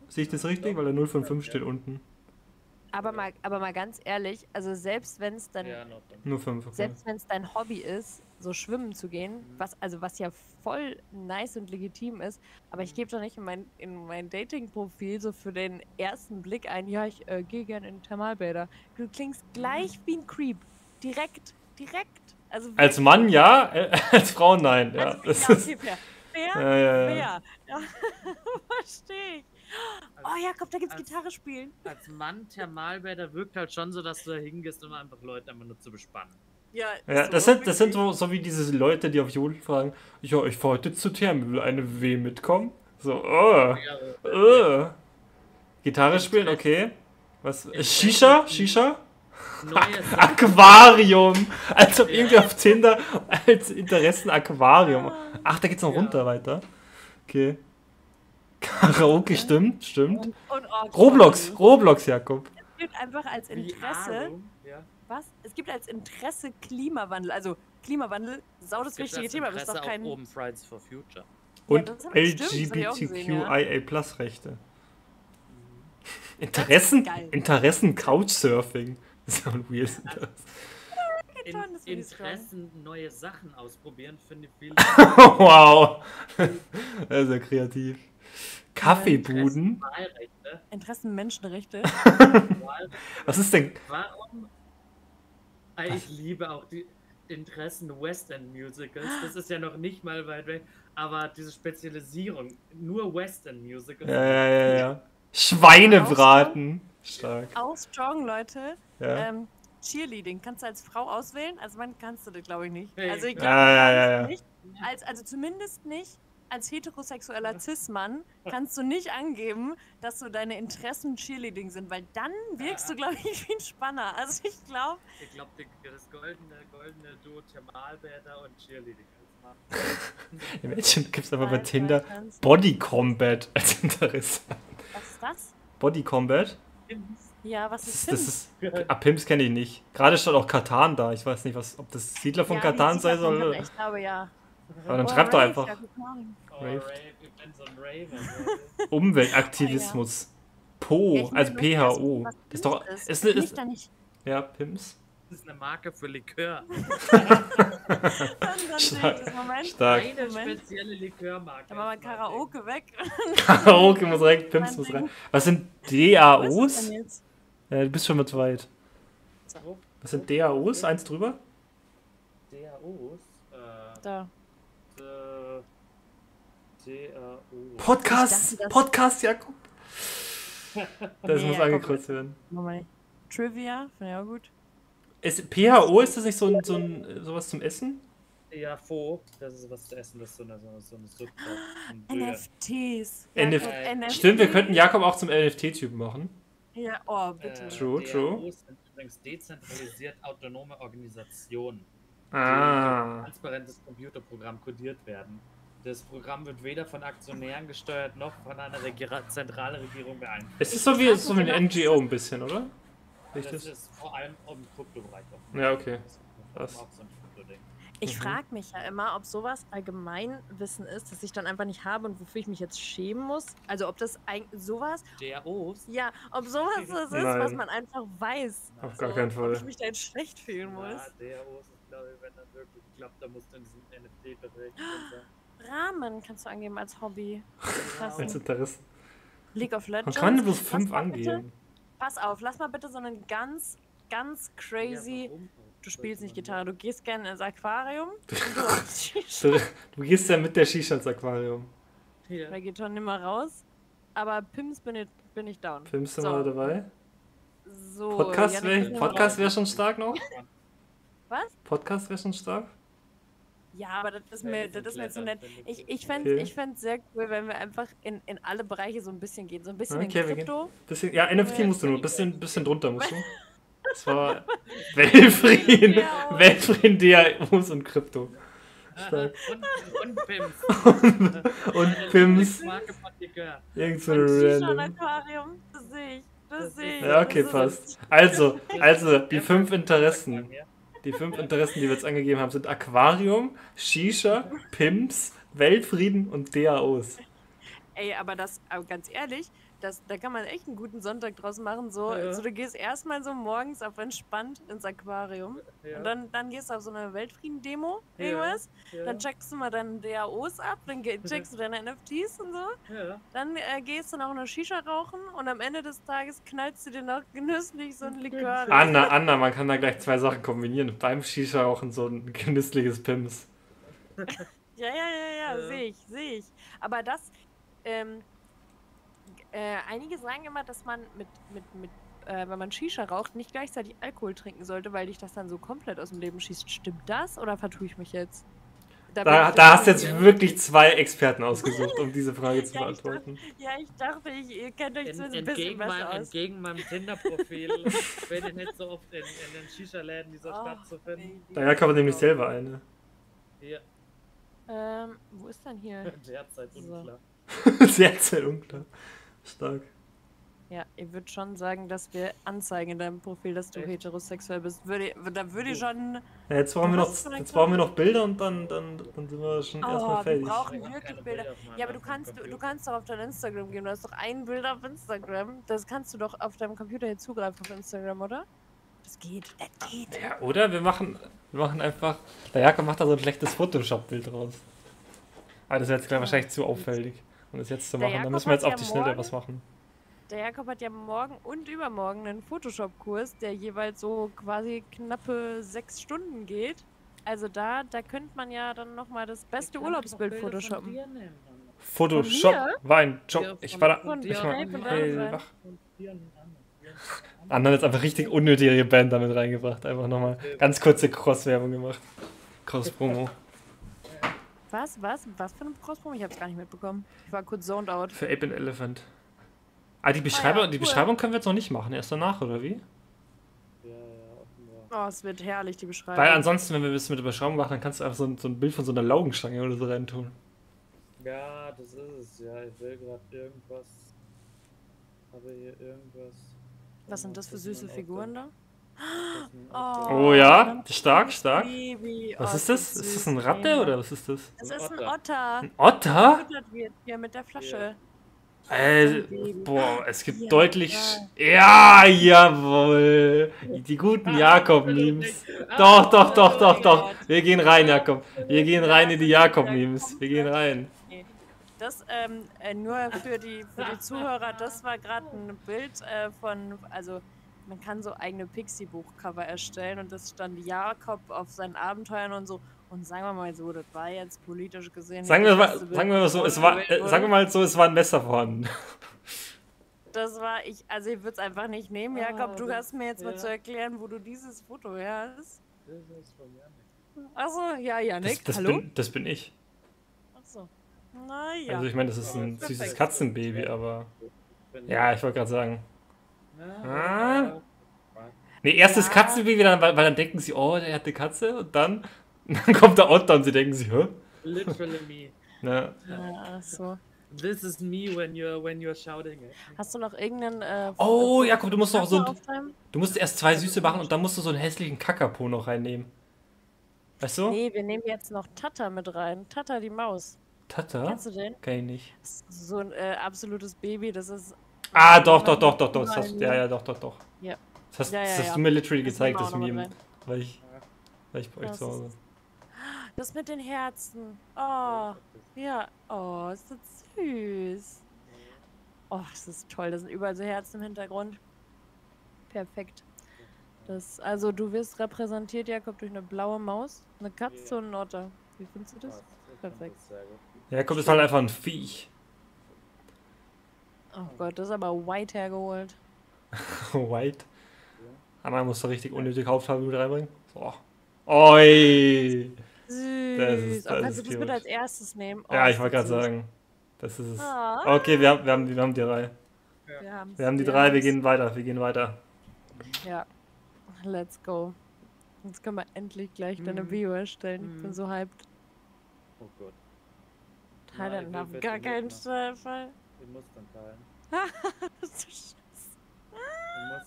D: Sehe ich das richtig? Weil da 0 von 5 steht unten.
C: Aber mal, aber mal ganz ehrlich, also selbst wenn es dann.
E: Ja, noch dann.
D: Nur 5, okay.
C: Selbst wenn es dein Hobby ist, so schwimmen zu gehen, was also was ja voll nice und legitim ist, aber ich gebe doch nicht in mein, in mein Dating-Profil so für den ersten Blick ein, ja, ich äh, gehe gerne in Thermalbäder. Du klingst gleich wie ein Creep. Direkt, direkt. Also
D: Als
C: wirklich.
D: Mann ja, äh, als Frau nein. Ja,
C: Also,
D: das
C: ja,
D: ist, Äh,
C: okay, fair. Fair,
D: [LAUGHS] Ja, ja, ja.
C: fair. [LAUGHS] Ja, verstehe ich. Oh, Jakob, da gibt's
E: als-
C: Gitarre spielen.
E: Als Mann Thermalbäder wirkt halt schon so, dass du da hingehst, um einfach Leute einfach nur zu bespannen.
C: Ja,
D: ja, das sind, das sind so, so wie diese Leute, die auf Jodel fragen, ja, ich fahr heute zu Therme, will eine W mitkommen? So, oh,
E: Ja, äh,
D: oh. Gitarre spielen, okay. Was? äh, Shisha? Shisha?
E: [LAUGHS] neues
D: Aquarium! Als ob irgendwie auf Tinder als Interessen Aquarium. Ach, da geht's noch
E: Ja.
D: runter weiter. Okay. [LAUGHS] Karaoke, stimmt, stimmt.
C: Und Orks-
D: Roblox, Roblox, Jakob.
C: Es gibt einfach als Interesse.
E: VR-Room. Ja.
C: Was? Es gibt als Interesse Klimawandel. Also Klimawandel, sau das
E: Es gibt
C: wichtige
E: das
C: Thema, aber das ist
E: Interesse
C: doch
E: auf
C: kein.
E: Open Fridays for Future.
D: Und
C: das hab ich- stimmt, das hab ich auch gesehen, ja.
D: LGBTQIA-Rechte. Interessen,
C: Das ist geil.
D: Interessen Couchsurfing. [LAUGHS] So weird ist das. [LAUGHS]
E: In,
C: Ton, das finde ich strong.
E: Interessen, neue Sachen ausprobieren, finde ich
D: [LAUGHS]
E: viel.
D: Wow. [LAUGHS] Das ist ja kreativ. Kaffeebuden.
E: Wahlrechte.
C: Interessen
E: [LAUGHS]
C: Menschenrechte.
E: Wahlrechte.
D: Was ist denn?
E: Warum? Ah, Ich liebe auch die Interessen West End Musicals. Das ist ja noch nicht mal weit weg, aber diese Spezialisierung, nur West End Musicals.
D: Ja, ja, ja, ja. Schweinebraten. Stark.
C: Auch strong, Leute.
D: Ja.
C: Ähm, Cheerleading. Kannst du als Frau auswählen? Als Mann kannst du das, glaube ich, nicht.
E: Nee.
C: Also, ich
E: Ja,
C: glaube,
D: ja, ja, ja.
C: nicht. Als, also zumindest nicht als heterosexueller Cis-Mann kannst du nicht angeben, dass so deine Interessen Cheerleading sind, weil dann wirkst du, glaube ich, wie ein Spanner. Also ich glaube,
E: Ich glaube, das goldene, goldene Duo Thermalbäder und Cheerleading.
D: Im Agent gibt es einfach bei
C: Weiß,
D: Tinder
C: weiß, weiß.
D: Body Combat [LAUGHS] als Interesse.
C: was ist das?
D: Body Combat?
C: Ja, was
D: Das,
C: ist
D: das
C: Sims?
D: ist. Ah, Pimps kenne ich nicht. Gerade stand auch Katan da. Ich weiß nicht, was, ob das Siedler von
C: Ja, die
D: Katan
C: Siedler
D: sein
C: von
D: soll.
C: Katan, also Ich glaube ja.
D: Aber dann
C: Oder
D: schreibt doch
C: Rave,
D: einfach
C: ja, guten Morgen.
E: Oh,
D: Raved.
E: Rave, ich bin so ein Raven.
D: Umweltaktivismus.
C: Oh, Ja, ich
D: Po,
C: meine
D: also
C: nur, dass
D: PHO.
C: was Sims
D: Ist doch. Ist, ist,
C: Bin ich
D: ist,
C: da
D: [LAUGHS]
C: nicht.
D: ja, Pimps.
E: Das ist eine Marke für Likör.
C: Dann, [LAUGHS] dann sehe
D: Stark.
C: ich das Moment.
D: Stark. [LAUGHS]
E: Eine
C: Moment.
E: spezielle Likörmarke.
C: Dann machen wir Karaoke weg.
D: Karaoke muss rein, Pimps muss rein. Was sind DAOs?
C: denn jetzt?
D: Ja, du bist schon mal zu weit. Was sind DAOs? Eins drüber?
E: DAOs? Äh,
C: Da.
E: äh, T-A-U.
D: Podcast,
C: Ich dachte, das-
D: Podcast, Jakob. Das
C: Nee,
D: muss
C: Jakob.
D: angekürzt werden.
C: Moment. Trivia, finde ich auch gut.
D: Ist, PHO, ist das nicht so, ein, so ein, sowas zum Essen?
E: Ja, Pho. Das ist was zu essen, das ist so eine, so eine, so eine Suppe.
C: Ah,
E: Ein Döner.
C: NFTs.
D: NF
C: Jakob, NFTs.
D: Stimmt, wir könnten Jakob auch zum NFT-Typen machen.
C: Ja, oh, bitte.
E: Äh,
D: True, true.
E: DAOs sind übrigens dezentralisiert autonome Organisationen, die durch
D: Ah.
E: ein transparentes Computerprogramm kodiert werden. Das Programm wird weder von Aktionären gesteuert noch von einer Regira Zentralregierung beeinflusst.
D: Es ist so wie, so wie eine NGO ein bisschen, oder? Nicht
E: Das
D: das?
E: ist vor allem im Kryptobereich offen.
D: Ja, okay.
E: Das ist
D: Krass.
E: auch so ein Kryptoding.
C: Ich
D: Mhm.
C: frage mich ja immer, ob sowas Allgemeinwissen ist, das ich dann einfach nicht habe und wofür ich mich jetzt schämen muss. Also ob das eig- sowas,
E: DAOs?
C: ja, ob sowas das ist, was
D: Nein.
C: man einfach weiß.
D: Auf gar keinen
C: Ob ich
D: Fall.
C: mich da jetzt schlecht fühlen muss.
E: Ja, DAOs ist, glaube ich, wenn das wirklich klappt, dann musst du in diesen NFT-Verträgen drin
C: Rahmen kannst du angeben als Hobby.
E: sein.
D: Als Interesse.
C: League of Legends.
D: Man kann bloß
C: Lass
D: fünf
C: mal bitte-
D: angehen.
C: Pass auf, lass mal bitte so einen ganz, ganz crazy. Du spielst nicht Gitarre, du gehst gerne ins
D: [LAUGHS]
C: Aquarium. und du [LAUGHS]
D: Du, du gehst ja mit der Shisha ins Aquarium.
E: Ja.
C: Da geht schon nimmer raus. Aber Pims bin ich, bin ich down.
D: Filmst du
C: So, Oh,
D: mal dabei?
C: So,
D: Podcast
C: Janik,
D: wäre
C: nimm
D: Podcast
C: mal-
D: wär schon stark noch?
C: Was?
D: Podcast wäre schon stark?
C: Ja, aber das ist mir, das ist mir zu nett. Ich, ich fände
D: Okay.
C: ich fänd's sehr cool, wenn wir einfach in, in alle Bereiche so ein bisschen gehen. So ein bisschen
D: Okay, wir
C: in
D: gehen-
C: Krypto.
D: Bisschen, ja, NFT musst du nur. Bisschen, bisschen drunter
C: [LAUGHS]
D: musst du. Das war Welfried.
C: Ja.
D: Welfried, DAOs und Krypto. Stark.
E: [LAUGHS] Und, und Pims.
D: Und Pims.
E: Marke von Likör.
C: [LAUGHS]
D: Irgend so
C: Und
D: eine
C: Shisha und
D: random.
C: Aquarium. Das sehe ich. Das
E: Das
C: sehe ich.
E: ist-
D: Ja, okay,
C: Das ist-
D: passt.
C: [LAUGHS]
D: Also, also, die
E: Ja,
D: fünf
E: ja,
D: Interessen.
E: ja.
D: Die fünf Interessen, die wir jetzt angegeben haben, sind Aquarium, Shisha, Pimps, Weltfrieden und DAOs.
C: Ey, aber das, aber ganz ehrlich, das, da kann man echt einen guten Sonntag draus machen. So,
E: Ja.
C: so du gehst erstmal so morgens auf entspannt ins Aquarium. Und dann, dann gehst du auf so eine Weltfrieden-Demo,
E: Ja.
C: irgendwas.
E: Ja,
C: Dann checkst du mal deine DAOs ab, dann
E: [LAUGHS]
C: ge- checkst du deine NFTs und so.
E: ja.
C: Dann äh, gehst du noch eine Shisha rauchen und am Ende des Tages knallst du dir noch [LAUGHS] genüsslich so ein Likör. rein.
D: Anna, Anna, man kann da gleich zwei Sachen kombinieren. Beim Shisha auch in so ein genüssliches Pims. Ah,
C: Ja, ja, ja, ja,
E: Ja.
C: sehe ich, sehe ich. Aber das, ähm, g- äh, einige sagen immer, dass man mit, mit, mit äh, wenn man Shisha raucht, nicht gleichzeitig Alkohol trinken sollte, weil dich das dann so komplett aus dem Leben schießt. Stimmt das oder vertue ich mich jetzt? bin
D: Da,
C: ich
D: da hast du jetzt
C: raus.
D: wirklich zwei Experten ausgesucht, um diese Frage zu
C: [LAUGHS] Ja, ich
D: beantworten.
C: Ja, ich dachte, ich, ihr kennt euch
E: Ent,
C: so ein bisschen
E: entgegen,
C: besser
E: meinem,
C: aus.
E: entgegen meinem
C: [LAUGHS]
E: Tinder-Profil werde ich nicht so oft in, in den Shisha-Läden dieser
C: Oh,
E: Stadt zu finden.
C: nee,
D: Da kann man nämlich
C: genau.
D: selber ne? eine.
E: Hier,
C: Ähm, wo ist denn hier?
E: [LAUGHS] derzeit
C: So.
E: unklar.
D: [LAUGHS] sehr, sehr unklar. Stark.
C: Ja, ich würde schon sagen, dass wir anzeigen in deinem Profil, dass du
E: Echt?
C: heterosexuell bist. Würde, da würde ich schon.
D: Ja, jetzt brauchen wir
C: Du
D: noch,
C: hast schon
D: jetzt
C: ein
D: brauchen wir noch Bilder und dann, dann, dann sind wir schon
C: Oh,
D: erstmal
C: wir
D: fertig.
C: brauchen- Auch
E: Ich hab
C: wirklich
E: keine
C: Bilder.
E: auf meinem
C: Ja, aber du
E: iPhone
C: kannst, du
E: Computer.
C: kannst doch auf dein Instagram gehen. Du hast doch ein Bild auf Instagram. Das kannst du doch auf deinem Computer hier zugreifen auf Instagram, oder? Äh, Das geht, das geht.
D: Ja, oder wir machen, wir machen einfach. Der Jakob macht da so ein schlechtes Photoshop-Bild draus. Aber das wäre jetzt gleich wahrscheinlich zu auffällig, um das jetzt zu
C: Der
D: machen. Da
C: Jakob
D: müssen wir jetzt
C: hat
D: auf die
C: ja
D: Schnelle
C: morgen-
D: was machen.
C: Der Jakob hat ja morgen und übermorgen einen Photoshop-Kurs, der jeweils so quasi knappe sechs Stunden geht. Also da, da könnte man ja dann nochmal das beste Urlaubsbild photoshoppen.
D: Photoshop
C: mir?
D: war ein Job. Ich war da.
C: von
D: Ich
C: dir
D: war
C: und deinem Freund.
D: hellwach. Anna hat jetzt einfach richtig unnötige Band damit reingebracht. Einfach nochmal ganz kurze Cross-Werbung gemacht. Cross-Promo.
C: Was, was, was für ein Crosspromo? Ich hab's gar nicht mitbekommen. Ich war kurz zoned out.
D: Für Ape and Elephant. Ah, die Beschreibung,
C: ja,
D: die
C: cool.
D: Beschreibung können wir jetzt noch nicht machen. Erst danach, oder wie?
E: Ja, ja, offenbar.
C: Oh, es wird herrlich, die Beschreibung.
D: Weil ansonsten, wenn wir das mit der Beschreibung machen, dann kannst du einfach so ein, so ein Bild von so einer Laugenstange oder so reintun.
E: Ja, das ist es. Ja, ich will gerade irgendwas. Habe hier irgendwas.
C: was sind das für süße Figuren da?
E: Oh.
C: Oh,
D: Oh ja,
C: verdammt.
D: stark, stark.
C: Baby.
D: Was
C: oh,
D: ist das?
C: süß.
D: Ist das ein Ratte oder Hm. was ist das?
C: Das ist ein
E: Otter.
C: Otter.
D: Ein Otter?
C: Gefüttert wird hier mit der Flasche.
D: Äh,
C: Baby.
D: boah, es gibt
C: Ja,
D: deutlich. sch- Ja, jawohl. Die
E: Ah,
D: guten Jakob-Memes. Oh, Doch, doch, doch, doch, doch. Wir gehen rein, Jakob. Wir gehen rein in die Jakob-Memes. Wir gehen rein.
C: Das, ähm, äh, nur für die, für die Zuhörer, das war gerade ein Bild äh, von, also man kann so eigene Pixie-Buchcover erstellen und das stand Jakob auf seinen Abenteuern und so, Und sagen wir mal so, das war jetzt politisch gesehen.
D: Sagen wir,
C: nicht das beste
D: mal,
C: Bild
D: sagen wir mal so,
C: von
D: es war,
C: der Welt,
D: äh,
C: oder?
D: sagen wir mal so, es war ein Messer vorhanden.
C: Das war ich, also ich würde es einfach nicht nehmen.
E: Ah,
C: Jakob, du
E: das-
C: hast mir jetzt mal
E: ja.
C: zu erklären, wo du dieses Foto her hast.
E: Das ist von Janik.
C: Achso, ja,
D: Das,
C: Janik,
D: das,
C: hallo?
D: bin, das bin ich.
C: Achso. Naja.
D: Also ich meine, das ist ein
E: Perfekt.
D: süßes Katzenbaby, aber...
E: Bin-
D: Ja, ich wollte gerade sagen. Ah.
E: Ah.
D: Nee, erst das
C: Ja.
D: Katzenbaby, dann, weil, weil dann denken sie, oh, der hat eine Katze. Und dann, [LAUGHS] dann kommt der Otto und sie denken sich, hä?
E: Literally me.
D: Na,
C: Ja, ach so.
E: This is me when you're when you're shouting. at me.
C: Hast du noch irgendeinen. Äh,
D: Oh,
C: Foto-
D: Jakob, du musst noch so ein- Hm?
C: aufschreiben?
D: du musst erst zwei Süße machen und dann musst du so einen hässlichen Kakapo noch reinnehmen. Weißt du?
C: Nee, wir nehmen jetzt noch Tata mit rein. Tata, die Maus.
D: Tata?
C: Kennst du den?
D: Kann ich nicht.
C: Das ist so ein äh, absolutes Baby, das ist.
D: Ah, doch, doch, doch, doch, doch. Das hast,
C: Nein.
D: ja, ja, doch, doch, doch.
C: Ja.
D: Das hast,
C: Ja, ja,
D: das hast
C: ja.
D: du mir literally
C: Das nehmen
D: gezeigt,
C: wir
D: das
C: auch noch mit
D: Meme.
C: rein.
D: Weil ich, weil ich bei euch
C: Das
D: zu Hause
C: ist- Das mit den Herzen. Oh, ja. Oh, ist das süß. Oh, das ist toll. Da sind überall so Herzen im Hintergrund. Perfekt. Das, also, du wirst repräsentiert, Jakob, durch eine blaue Maus, eine Katze
E: Ja.
C: und einen Otter. Wie findest du das?
E: Passt. Ich fand
C: Perfekt.
E: das sehr gut.
D: Jakob ist halt einfach ein Viech. [LAUGHS]
C: Oh Gott, das ist aber white hergeholt.
D: White. Einmal musst du richtig unnötig Hauptfarbe mit reinbringen. So. Oi!
C: Süß.
D: ist-
C: oh,
D: das
C: kannst
D: ist
C: du das mit
D: cute.
C: als erstes nehmen? Oh,
D: Ja,
C: ist
D: ich wollte
C: das
D: gerade
C: süß.
D: sagen. Das ist es.
C: Ah.
D: Okay, wir haben, wir, haben, die- wir haben die drei.
C: Wir, haben's,
D: Wir haben die drei, wir
C: haben's.
D: gehen weiter, wir gehen weiter.
C: Ja, let's go. Jetzt können wir endlich gleich deine
E: Mhm.
C: Bio erstellen. Ich bin
E: Mhm.
C: so hyped.
E: Oh Gott. Nein,
C: Teilen
E: wir
C: auf
E: werden
C: gar
E: nicht
C: keinen
E: machen.
C: Fall. [LAUGHS]
E: Du musst dann teilen.
C: Jetzt
E: Du musst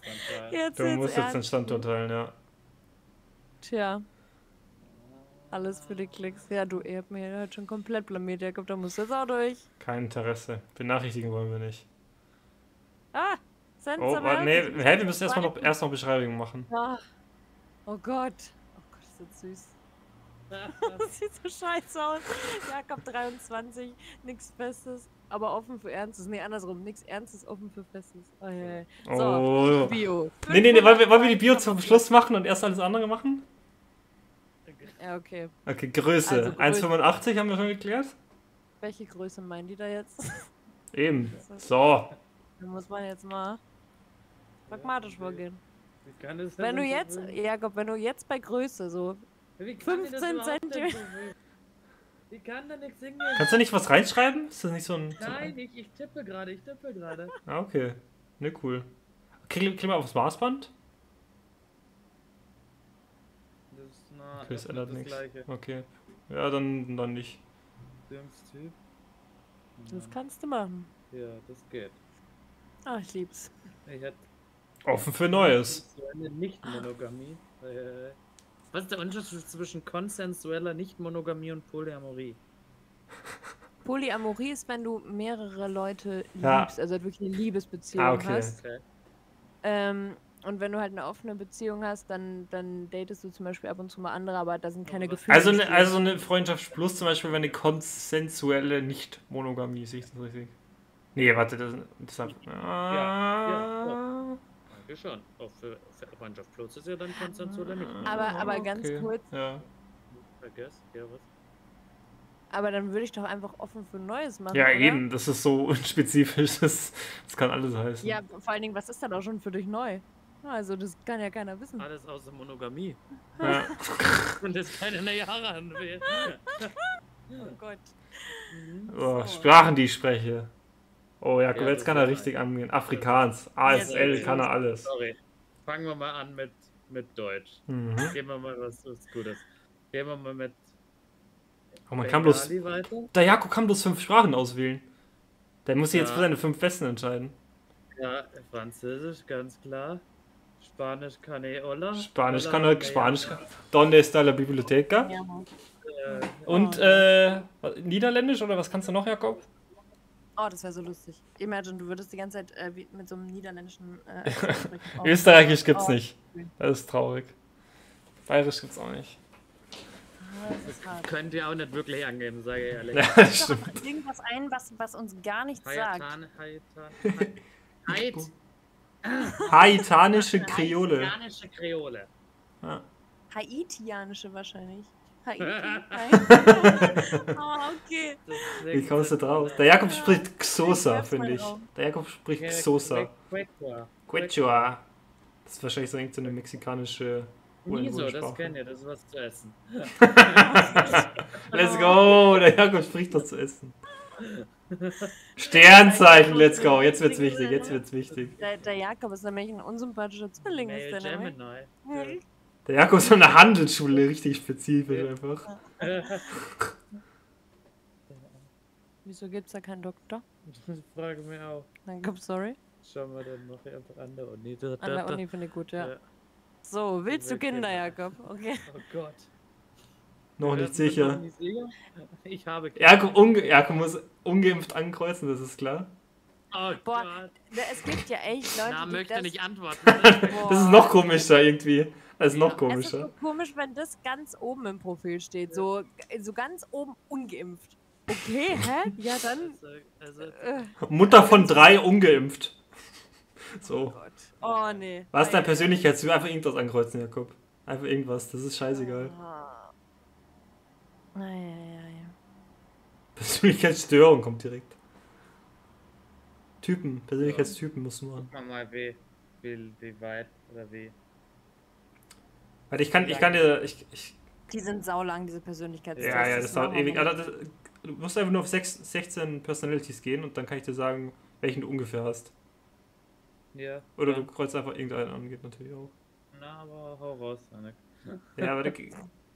E: dann teilen.
C: jetzt
D: Also Du musst jetzt den
C: ernst.
D: Stand urteilen, ja.
C: Tja, alles für die Klicks. Ja, du, ihr habt mir heute schon komplett blamiert, Jakob. Da musst du jetzt auch durch.
D: Kein Interesse. Benachrichtigen wollen wir nicht.
C: Ah, Sense
D: Oh, warte, nee, hä, wir müssen erstmal noch, erst noch Beschreibungen machen.
C: Ah. Oh Gott. Oh Gott, ist das süß. [LAUGHS] Das sieht so scheiße aus. Jakob 23, nichts Festes, aber offen für Ernstes. Nee, andersrum, nichts Ernstes, offen für Festes. Oh, ja, ja. So,
D: Oh.
C: Bio.
D: Nee, nee, nee, wollen wir, wollen wir die Bio zum Schluss machen und erst alles andere machen?
C: Ja, okay.
D: Okay, Größe.
C: Also Größe.
D: 1,85 haben wir schon geklärt?
C: Welche Größe meinen die da jetzt? [LAUGHS]
D: Eben. So.
C: Da muss man jetzt mal pragmatisch vorgehen.
E: Wie kann das denn
C: Wenn du
E: so
C: jetzt,
E: sein?
C: Jakob, wenn du jetzt bei Größe so.
E: Wie kann dir das
C: 15
E: überhaupt denn
C: Zentimeter.
E: so sein? Wie kann da nichts hingehen?
D: Kannst du nicht was reinschreiben? Ist das nicht so ein. So
E: Nein,
D: ein
E: ich, ich tippe gerade, ich tippe gerade.
D: ah, okay. Ne, cool. Kriegen krieg wir aufs Maßband?
E: [LAUGHS] Das ist na,
D: Okay, das
E: öffnet
D: ändert nichts.
E: gleiche.
D: Okay. Ja, dann, dann nicht.
E: Filmstyp.
C: Das kannst du machen.
E: Ja, das geht.
C: Ach, ich lieb's.
E: Ich hätte
D: Offen für Neues.
E: konsensuelle Nicht-Monogamie. Äh, Was ist der Unterschied zwischen konsensueller Nicht-Monogamie und Polyamorie?
C: Polyamorie ist, wenn du mehrere Leute
D: Ja.
C: liebst, also wirklich eine Liebesbeziehung
D: Ah, okay.
C: hast.
E: Okay.
C: Ähm, und wenn du halt eine offene Beziehung hast, dann, dann datest du zum Beispiel ab und zu mal andere, aber da sind keine
E: Aber was-
C: Gefühle.
D: Also
C: im
D: eine,
C: Spiel.
D: also eine Freundschaft plus zum Beispiel wäre eine konsensuelle Nicht-Monogamie, sehe ich das richtig? Nee, warte, das, das hat,
E: ja,
D: Ah.
E: Danke schon. Auch für, für Freundschaft Plus ist ja dann konsensuelle Nicht-Monogamie.
C: Aber- aber ganz kurz.
D: Ja.
E: Vergiss, ja, was?
C: aber dann würde ich doch einfach offen für Neues machen.
D: ja,
C: oder?
D: eben, das ist so [LAUGHS] unspezifisch, das, das kann alles heißen.
C: Ja, vor allen Dingen, was ist da doch schon für dich neu? Also, das kann ja keiner wissen.
D: Also.
E: Alles außer Monogamie. [LAUGHS]
D: Ja.
E: Und das keine Jahre an will.
C: Oh Gott.
D: Oh,
C: So.
D: Sprachen, die ich spreche. Oh, Jakob,
E: Ja,
D: jetzt
E: das
D: kann
E: ist
D: er
E: ein-
D: richtig angehen. Afrikaans, ASL,
E: das
D: kann er
E: ist- [LAUGHS]
D: alles.
E: Sorry. Fangen wir mal an mit, mit Deutsch.
D: Mhm.
E: Gehen wir mal was, was Gutes. Gehen wir mal mit
D: Oh, man kann bloß,
E: Bengali weiter.
D: der Jakob kann bloß fünf Sprachen auswählen. Der muss sich jetzt
E: Ja.
D: für seine fünf besten entscheiden.
E: Ja, Französisch, ganz klar. Spanisch kann eh ich, oder?
D: Spanisch
E: Oder
D: kann er,
E: ja,
D: Spanisch kann Donde está la biblioteca?
E: Äh,
D: Und äh, was- Niederländisch oder was kannst du noch, Jakob?
C: Oh, das wäre so lustig. Imagine, du würdest die ganze Zeit äh, wie mit so einem niederländischen.
D: [LAUGHS]
C: Äh, Akzent sprechen. Oh.
D: Österreichisch gibt's
C: Oh,
D: nicht. Das ist traurig. Bayerisch gibt's auch nicht. [LAUGHS]
C: Das ist hart.
E: könnt ihr auch nicht wirklich angeben, sage ich ehrlich.
D: Ja,
C: Doch
D: stimmt.
C: noch irgendwas ein, was, was uns gar nichts sagt.
E: Hayatan, Hayatan, Hay- Hayat.
D: Haitanische Kreole.
E: Haitianische Kreole.
D: Ja.
C: Haitianische wahrscheinlich.
E: [LAUGHS]
C: Haiti. Haiti. [LAUGHS] Ah, okay.
E: Deswegen
D: Wie kommst du
E: sind wir
D: drauf?
E: da.
D: Der Jakob spricht Xosa,
C: werf's mal
D: finde ich.
C: drauf.
D: Der Jakob spricht
E: Ja,
D: Xosa.
E: Quechua.
D: Quechua. Das ist wahrscheinlich so irgendeine mexikanische
E: Miso, das
D: Ureinwohnersprache.
E: kennt ihr, das ist was zu essen.
D: Let's go! Der Jakob spricht das zu essen. Sternzeichen, let's go! Jetzt wird's wichtig, jetzt wird's wichtig.
C: Der, der Jakob ist nämlich ein unsympathischer Zwilling. Ist
E: Male
C: der nämlich.
E: Gemini.
C: Hm.
D: Der Jakob ist von der Handelsschule, richtig spezifisch einfach.
E: [LAUGHS]
C: Wieso gibt's da keinen Doktor?
E: Ich frage mich auch.
C: Jakob, sorry.
E: Schauen wir dann noch einfach an der Uni. Da,
C: An der Uni finde ich gut, ja.
E: Ja.
C: So, willst du
E: Will Kinder.
C: Kinder, Jakob? Okay.
E: Oh Gott.
D: Noch
E: Wir
D: nicht
E: sind
D: sicher.
E: noch nicht sicher. Äh, Ich habe.
D: Jakob, unge Jakob muss ungeimpft ankreuzen, das ist klar.
E: Oh
C: Boah,
E: Gott.
C: Na, Es gibt ja echt Leute,
E: Na,
C: die
E: möchte
C: das...
E: nicht [LAUGHS] antworten.
D: Das ist noch komischer irgendwie. Das ist
C: Es
D: noch
C: ist so
D: komischer.
C: komisch, wenn das ganz oben im Profil steht. So, so ganz oben ungeimpft. [LAUGHS] Okay, hä? Ja, dann.
E: Also, also,
C: Äh,
D: Mutter von drei ungeimpft. So.
C: Gott. Oh, nee.
D: Was ist dein
C: Ei,
D: Persönlichkeitstyp? Einfach irgendwas ankreuzen, Jakob. Einfach irgendwas, das ist scheißegal.
C: Ah. Ei, ei, ei.
D: Persönlichkeitsstörung kommt direkt. Typen, Persönlichkeitstypen musst du nur an.
E: guck mal mal, wie, wie, wie weit oder wie.
D: Warte, ich kann, ich kann dir, ich, ich,
C: Die sind saulang, diese Persönlichkeitstests.
D: ja, ja, das dauert
C: machen wir
D: ewig.
C: nicht.
D: Aber das, du musst einfach nur auf sechs, 16 Personalities gehen und dann kann ich dir sagen, welchen du ungefähr hast.
E: Ja.
D: Oder
E: ja.
D: du kreuzt einfach irgendeinen an, geht natürlich auch.
E: Na, aber hau raus, Anek.
D: Ja, aber da,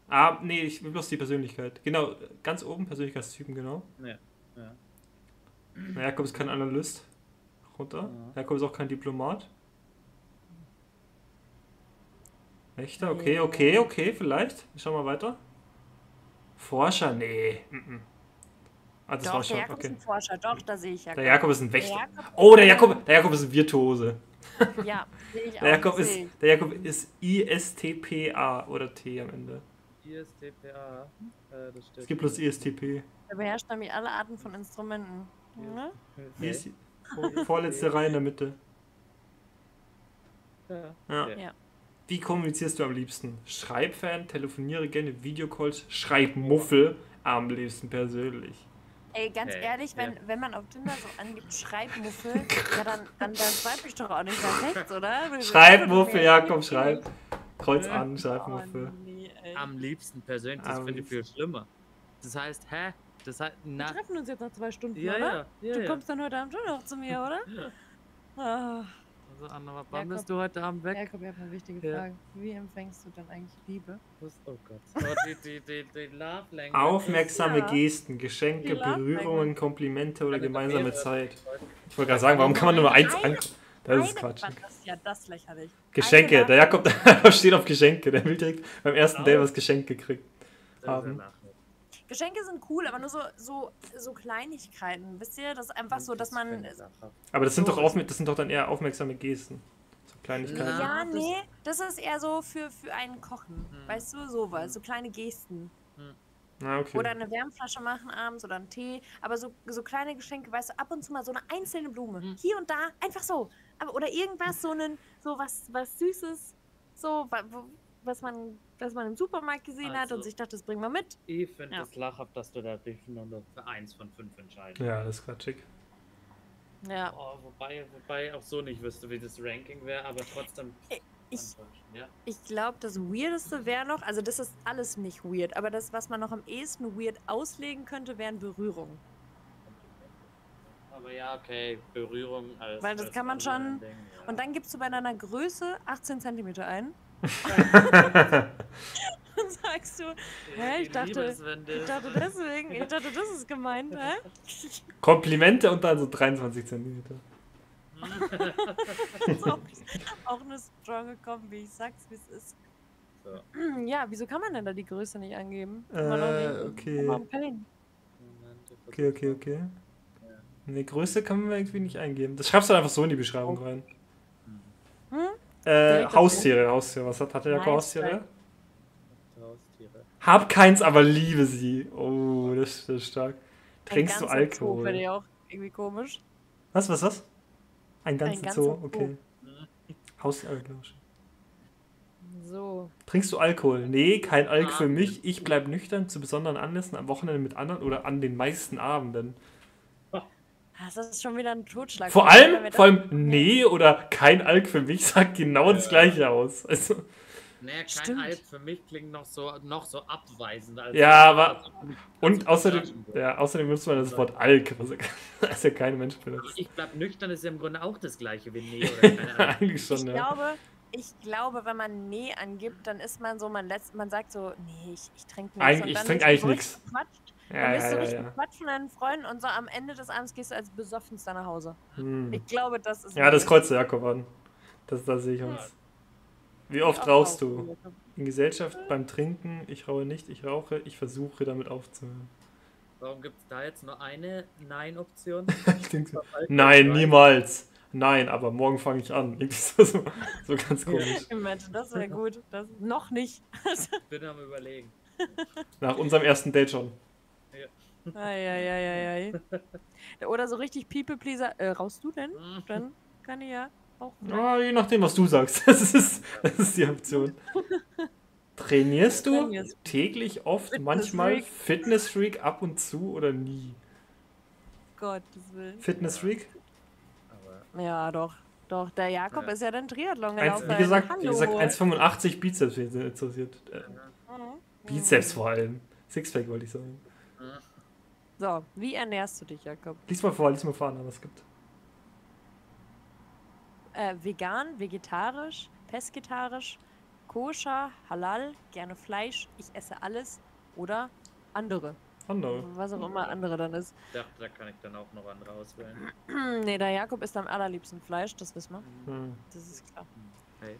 D: ah, nee, ich will bloß die Persönlichkeit. Genau, ganz oben Persönlichkeitstypen, genau.
E: Ja, ja.
D: Na, Jakob ist kein Analyst. Runter.
E: Ja.
D: Jakob ist auch kein Diplomat. Wächter, okay,
C: Ja.
D: okay, okay, vielleicht. Schauen wir weiter. Forscher, nee. mhm. Ah, das war
C: Doch, der
D: schon,
C: Jakob ist
D: okay.
C: ein Forscher. Doch, da sehe ich Jakob.
D: Der Jakob ist ein
C: Der
D: Wächter.
C: Jakob-
D: Oh, der Jakob, der Jakob ist ein Virtuose.
C: Ja, sehe ich auch.
D: Der Jakob ist,
C: sehe ich.
D: der Jakob ist ISTPA oder T am Ende.
E: ISTPA. Äh, das steht.
D: Es gibt bloß ISTP.
C: Er beherrscht nämlich alle Arten von Instrumenten. Ne?
D: Hier ist die vor- vorletzte Reihe in der Mitte.
E: Ja.
D: Ja.
E: Ja.
C: Ja.
D: Wie kommunizierst du am liebsten? Schreibfan, telefoniere gerne, Videocalls, Schreibmuffel, am liebsten persönlich.
C: Ey, ganz
E: Hey,
C: ehrlich, wenn, wenn man auf Tinder so angibt, [LAUGHS] Schreibmuffel, ja, dann, dann, dann swipe ich doch auch nicht nach rechts, oder?
D: Schreibmuffel, ja, komm, schreib. Kreuz an,
C: Oh,
D: Schreibmuffel.
C: nee, ey.
E: Am liebsten persönlich, das
D: Am
E: finde ich viel schlimmer. Das heißt, hä? Das heißt,
C: Wir
E: na.
C: treffen uns jetzt nach zwei Stunden,
E: Ja,
C: oder?
E: ja, ja.
C: du
E: ja.
C: kommst dann heute Abend schon noch zu mir, oder?
E: [LAUGHS]
C: Ah,
E: Also, Anna, wann
C: Jakob.
E: bist du heute Abend weg?
C: Jakob, ich habe eine wichtige
E: Ja.
C: Frage. Wie empfängst du denn eigentlich Liebe?
E: Was- Oh Gott. Oh, die, die, die, die Love Language.
D: Aufmerksame
C: Ja.
D: Gesten, Geschenke,
C: Die Love
D: Berührungen,
C: Language.
D: Komplimente oder
E: Alle
D: gemeinsame
E: Mehrere.
D: Zeit. Ich wollte gerade sagen, warum kann man nur eins an... Das ist
C: Eine
D: Quatsch.
C: Wand, Das ist ja das lächerlich.
D: Geschenke,
C: Eine
D: der Jakob [LAUGHS] der steht auf Geschenke. Der will direkt beim ersten Date
E: Genau.
D: was Geschenk gekriegt.
E: Das ist ja
D: Haben.
E: Lachen.
C: Geschenke sind cool, aber nur so, so, so Kleinigkeiten. Wisst ihr, das ist einfach so, dass man.
E: Hm, Das finde ich lachhaft.
D: Aber das sind
E: So
D: doch, auf, das sind doch dann eher aufmerksame Gesten. So Kleinigkeiten.
E: Ja.
C: Ja,
E: das-
C: nee, das ist eher so für, für einen Kochen.
E: Hm.
C: Weißt du, sowas. So kleine Gesten.
D: Na, okay.
C: Oder eine Wärmflasche machen abends oder einen Tee. Aber so, so kleine Geschenke, weißt du, ab und zu mal so eine einzelne Blume.
E: Hm.
C: Hier und da, einfach so. Aber, oder irgendwas, so, einen, so was, was Süßes, so, wa- wo- was man, was man im Supermarkt gesehen hat und
E: Also.
C: sich dachte, das bringen wir mit.
E: Ich finde
C: Ja.
E: es lachhaft, dass du da dich nur noch für eins von fünf entscheidest.
D: Ja, das ist quatschig.
C: Ja.
E: Oh, wobei, wobei ich auch so nicht wüsste, wie das Ranking wäre, aber trotzdem.
C: Ich,
E: enttäuschend, ja.
C: ich glaube, das Weirdeste wäre noch, also das ist alles nicht weird, aber das, was man noch am ehesten weird auslegen könnte, wären Berührungen.
E: Aber ja, okay, Berührung als.
C: Weil das
E: als
C: kann man schon-
E: Online-Ding, ja.
C: Und dann gibst du bei deiner Größe 18 cm ein und sagst du, Hä, ich
E: liebe
C: dachte-
E: es, wenn
C: ich
E: das-
C: dachte deswegen, ich dachte, das ist gemeint, hä?
D: Komplimente und dann so 23 cm.
C: So, auch eine stronge Kombi, ich sag's wie es ist.
E: So.
C: Ja, wieso kann man denn da die Größe nicht angeben? Immer noch
D: Äh,
C: nicht. Immer
D: okay.
C: ein Pain.
E: Moment, ich
D: Okay,
E: versuch's
D: okay,
E: mal.
D: okay. Eine Größe kann man irgendwie nicht eingeben. Das schreibst du einfach so in die Beschreibung rein.
C: Oh. Hm? Soll
D: Äh,
C: ich das
D: Haustiere, Haustiere. Was hat, hat der Jakob
C: Nein,
D: Haustiere?
C: nein.
E: Haustiere.
D: Hab keins, aber liebe sie. Oh, das, das ist stark. Trinkst du
C: Ein ganzer Zoo Finde
D: Alkohol?
C: ich auch irgendwie komisch.
D: Was, was, was? Ein ganzes
C: ganzer
D: Zoo,
C: Zoo.
D: okay. Haustiere, glaube ich.
C: So.
D: Trinkst du Alkohol? Nee, kein
C: Ah,
D: Alk für mich. Ich bleib nüchtern zu besonderen Anlässen am Wochenende mit anderen oder an den meisten Abenden.
C: Ah, Das ist schon wieder ein Totschlag.
D: Vor
C: Wenn wir
D: allem,
C: das-
D: vor allem, nee oder kein Alk für mich [LAUGHS] sagt genau das gleiche aus. Also,
E: Naja, kein
C: Stimmt.
E: Alp für mich klingt noch so, noch so abweisend. Als
D: Ja, aber- und
E: als- als-
D: außerdem, ja, außerdem benutzt man das Wort Alk, was ja- [LAUGHS] was ja kein Mensch
E: Aber [LAUGHS]
D: benutzt.
E: Ich bleib nüchtern, ist ja im Grunde auch das gleiche wie Nee
D: [LAUGHS]
E: oder keine Ahnung.
D: Eigentlich
C: Ich
D: schon, ja.
C: glaube, ich glaube, wenn man Nee angibt, dann ist man so, man lässt, man sagt so, nee, ich, ich trinke nichts.
D: Eigentlich-
C: Und
D: ich
C: dann
D: trink
C: bist du
D: eigentlich
C: so
D: nix.
C: richtig bequatscht. Dann
D: Ja,
C: bist du
D: ja, ja,
C: richtig
D: ja.
C: bequatscht von deinen Freunden und so am Ende des Abends gehst du als besoffenster nach Hause.
D: Hm.
C: Ich glaube, das ist.
D: ja das kreuzt der Jakob an. Das, das sehe ich uns. Wie oft rauchst du? In Gesellschaft, beim Trinken, ich rauche nicht, ich rauche, ich versuche damit aufzuhören. [LAUGHS]
E: Warum gibt es da jetzt nur eine
D: [LAUGHS]
E: Nein-Option?
D: Ich denk so, Nein, niemals. Nein, aber morgen fange ich an. Irgendwie so, so, so ganz komisch.
C: [LAUGHS] Mensch, das wäre gut. Das, noch nicht.
E: Ich bin am Überlegen.
D: Nach unserem ersten Date schon.
C: Eieieiei.
D: [LAUGHS]
C: Oder so richtig People-Pleaser. Äh, rauchst du denn?
E: Hm,
C: Dann kann ich ja auch.
D: Ja, je nachdem, was du sagst. [LAUGHS] Das ist, das ist die Option. Trainierst du
C: Trainierst.
D: täglich oft, manchmal Fitness Freak ab und zu oder nie?
C: Gottes Willen.
D: Fitness Freak?
E: Aber
C: Ja, doch. Doch, der Jakob
E: Ja.
C: ist ja dann Triathlon
D: Eins,
C: gelaufen.
D: wie gesagt, wie
C: Hallo.
D: gesagt 1,85 Bizeps wen es interessiert. Äh,
C: Mhm.
D: Bizeps vor allem. Sixpack wollte ich sagen.
C: So, wie ernährst du dich, Jakob?
D: Lies mal vor, lies mal vor, Anna, was gibt.
C: Äh, vegan, vegetarisch, pesketarisch, koscher, halal, gerne Fleisch, ich esse alles oder andere.
D: Andere.
C: Was auch immer andere dann ist.
E: ich dachte, da kann ich dann auch noch andere auswählen.
C: Hm, nee, der Jakob ist am allerliebsten Fleisch, das wissen wir.
D: Hm.
C: Das ist klar.
E: Hey.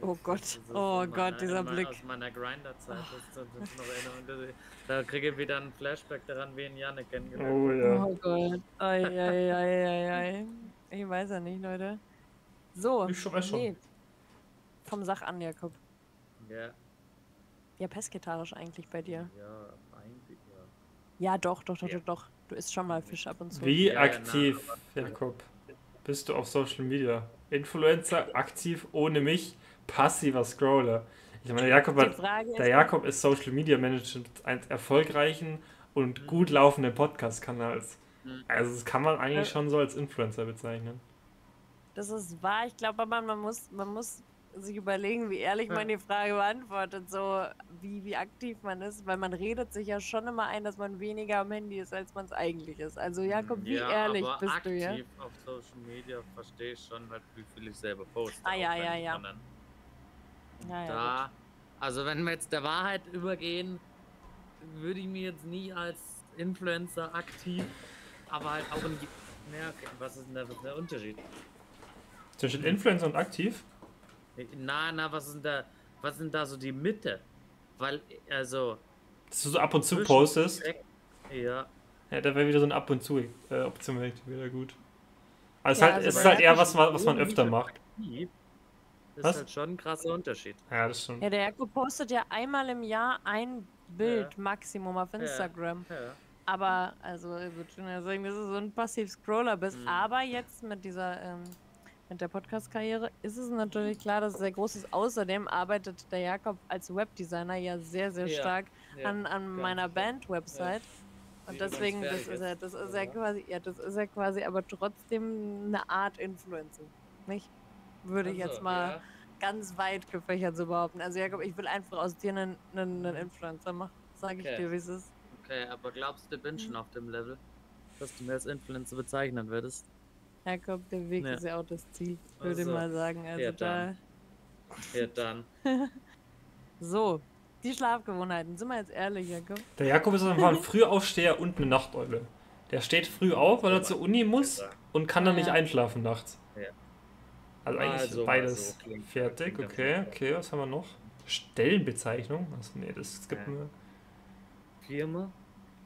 C: Oh
E: Das
C: Gott,
E: ist
C: oh Gott,
E: in meiner-
C: dieser
E: in meiner-
C: Blick.
E: Aus meiner Grinder-Zeit. Das, das, das noch Erinnerung, dass ich- da kriege ich wieder einen Flashback daran, wie ihn Janne kennengelernt
D: Oh ja.
C: Oh Gott. Ei, ei, ei, ei, ei. Ich weiß ja nicht, Leute. So.
D: Ich weiß schon.
C: Nee. Vom Sach an, Jakob.
E: hat. Ja,
C: Ja, pesketarisch eigentlich bei dir.
E: ja, eigentlich, ja.
C: Ja, doch, doch, doch,
E: Ja.
C: doch, doch. Du isst schon mal Fisch ab und zu.
D: Wie
E: Ja, ja,
D: aktiv, Jakob, bist du auf Social Media? Influencer, aktiv, ohne mich, passiver Scroller. Ich meine, Jakob
C: Die
D: hat
C: Frage
D: Der
C: ist,
D: Jakob ist Social Media Manager eines erfolgreichen
E: Mhm.
D: und gut laufenden Podcast-Kanals. Also das kann man eigentlich schon so als Influencer bezeichnen.
C: das ist wahr. Ich glaube, man, man, muss, man muss sich überlegen, wie ehrlich man die Frage beantwortet, so wie, wie aktiv man ist, weil man redet sich ja schon immer ein, dass man weniger am Handy ist, als man es eigentlich ist. Also Jakob, wie
E: Mm, ja,
C: ehrlich
E: aber
C: bist
E: aktiv
C: du ja?
E: auf Social Media verstehe ich schon, halt, wie viel ich selber poste.
C: Ah, ja,
E: auch wenn
C: ja,
E: ich
C: ja.
E: dann-
C: Ja, ja,
E: Da, also wenn wir jetzt der Wahrheit übergehen, würde ich mir jetzt nie als Influencer aktiv, aber halt auch in... Ja, okay, was ist denn da was ist der Unterschied?
D: Zwischen
E: Mhm.
D: Influencer und aktiv?
E: Na, na, was ist denn da, was sind da so die Mitte? Weil, also...
D: Dass du so ab und zu
E: zwischen-
D: postest.
E: Ja,
D: Ja, da wäre wieder so ein Ab und zu äh, Option direkt wieder gut. Also
C: Ja,
D: halt,
C: also
D: es ist
C: bei
D: halt eher was, ma- was
E: Social
D: man öfter
E: Media
D: macht.
E: aktiv ist
D: Was?
E: halt schon ein krasser Unterschied.
D: Ja, das stimmt.
C: ja, der Jakob postet ja einmal im Jahr ein Bild Maximum auf Instagram.
E: Ja.
C: Aber, also, ich würde schon mal sagen, dass du so ein Passiv-Scroller bist.
E: Mhm.
C: Aber jetzt mit dieser, ähm, mit der Podcast-Karriere ist es natürlich klar, dass es sehr groß ist. Außerdem arbeitet der Jakob als Webdesigner ja sehr, sehr
E: Ja,
C: stark
E: ja,
C: an, an
E: ganz
C: meiner
E: klar.
C: Band-Website.
E: Die
C: Und deswegen,
E: ganz
C: das
E: fertig
C: ist ja,
E: ist,
C: das ist ja
E: oder?
C: quasi, ja, das ist ja quasi aber trotzdem eine Art Influencer. Nicht? Würde ich jetzt
E: Also,
C: mal
E: ja.
C: ganz weit gefächert so behaupten. Also Jakob, ich will einfach aus dir einen, einen, einen Influencer machen. Sag ich
E: Okay.
C: dir, wie es ist.
E: Okay, aber glaubst du, ich bin
C: Mhm.
E: schon auf dem Level, dass du mir als Influencer bezeichnen würdest?
C: Jakob, der Weg
E: Ja.
C: ist ja auch das Ziel, würde ich
E: Also,
C: mal sagen. Also
E: ja,
C: da.
E: dann. Ja, dann.
C: So, die Schlafgewohnheiten. Sind wir jetzt ehrlich, Jakob?
D: Der Jakob ist auf jeden
C: Mhm.
D: Fall ein Frühaufsteher und eine Nachteule. Der steht früh auf, weil er zur Uni muss und kann dann nicht
C: Ja.
D: einschlafen nachts.
E: Ja.
D: Also eigentlich
E: Also mal
D: beides
E: so. Klingt-
D: fertig.
E: klingt
D: Okay,
E: ganz gut.
D: okay, was haben wir noch? Stellenbezeichnung? Achso, nee, das gibt
E: Ja.
D: nur.
E: Firma?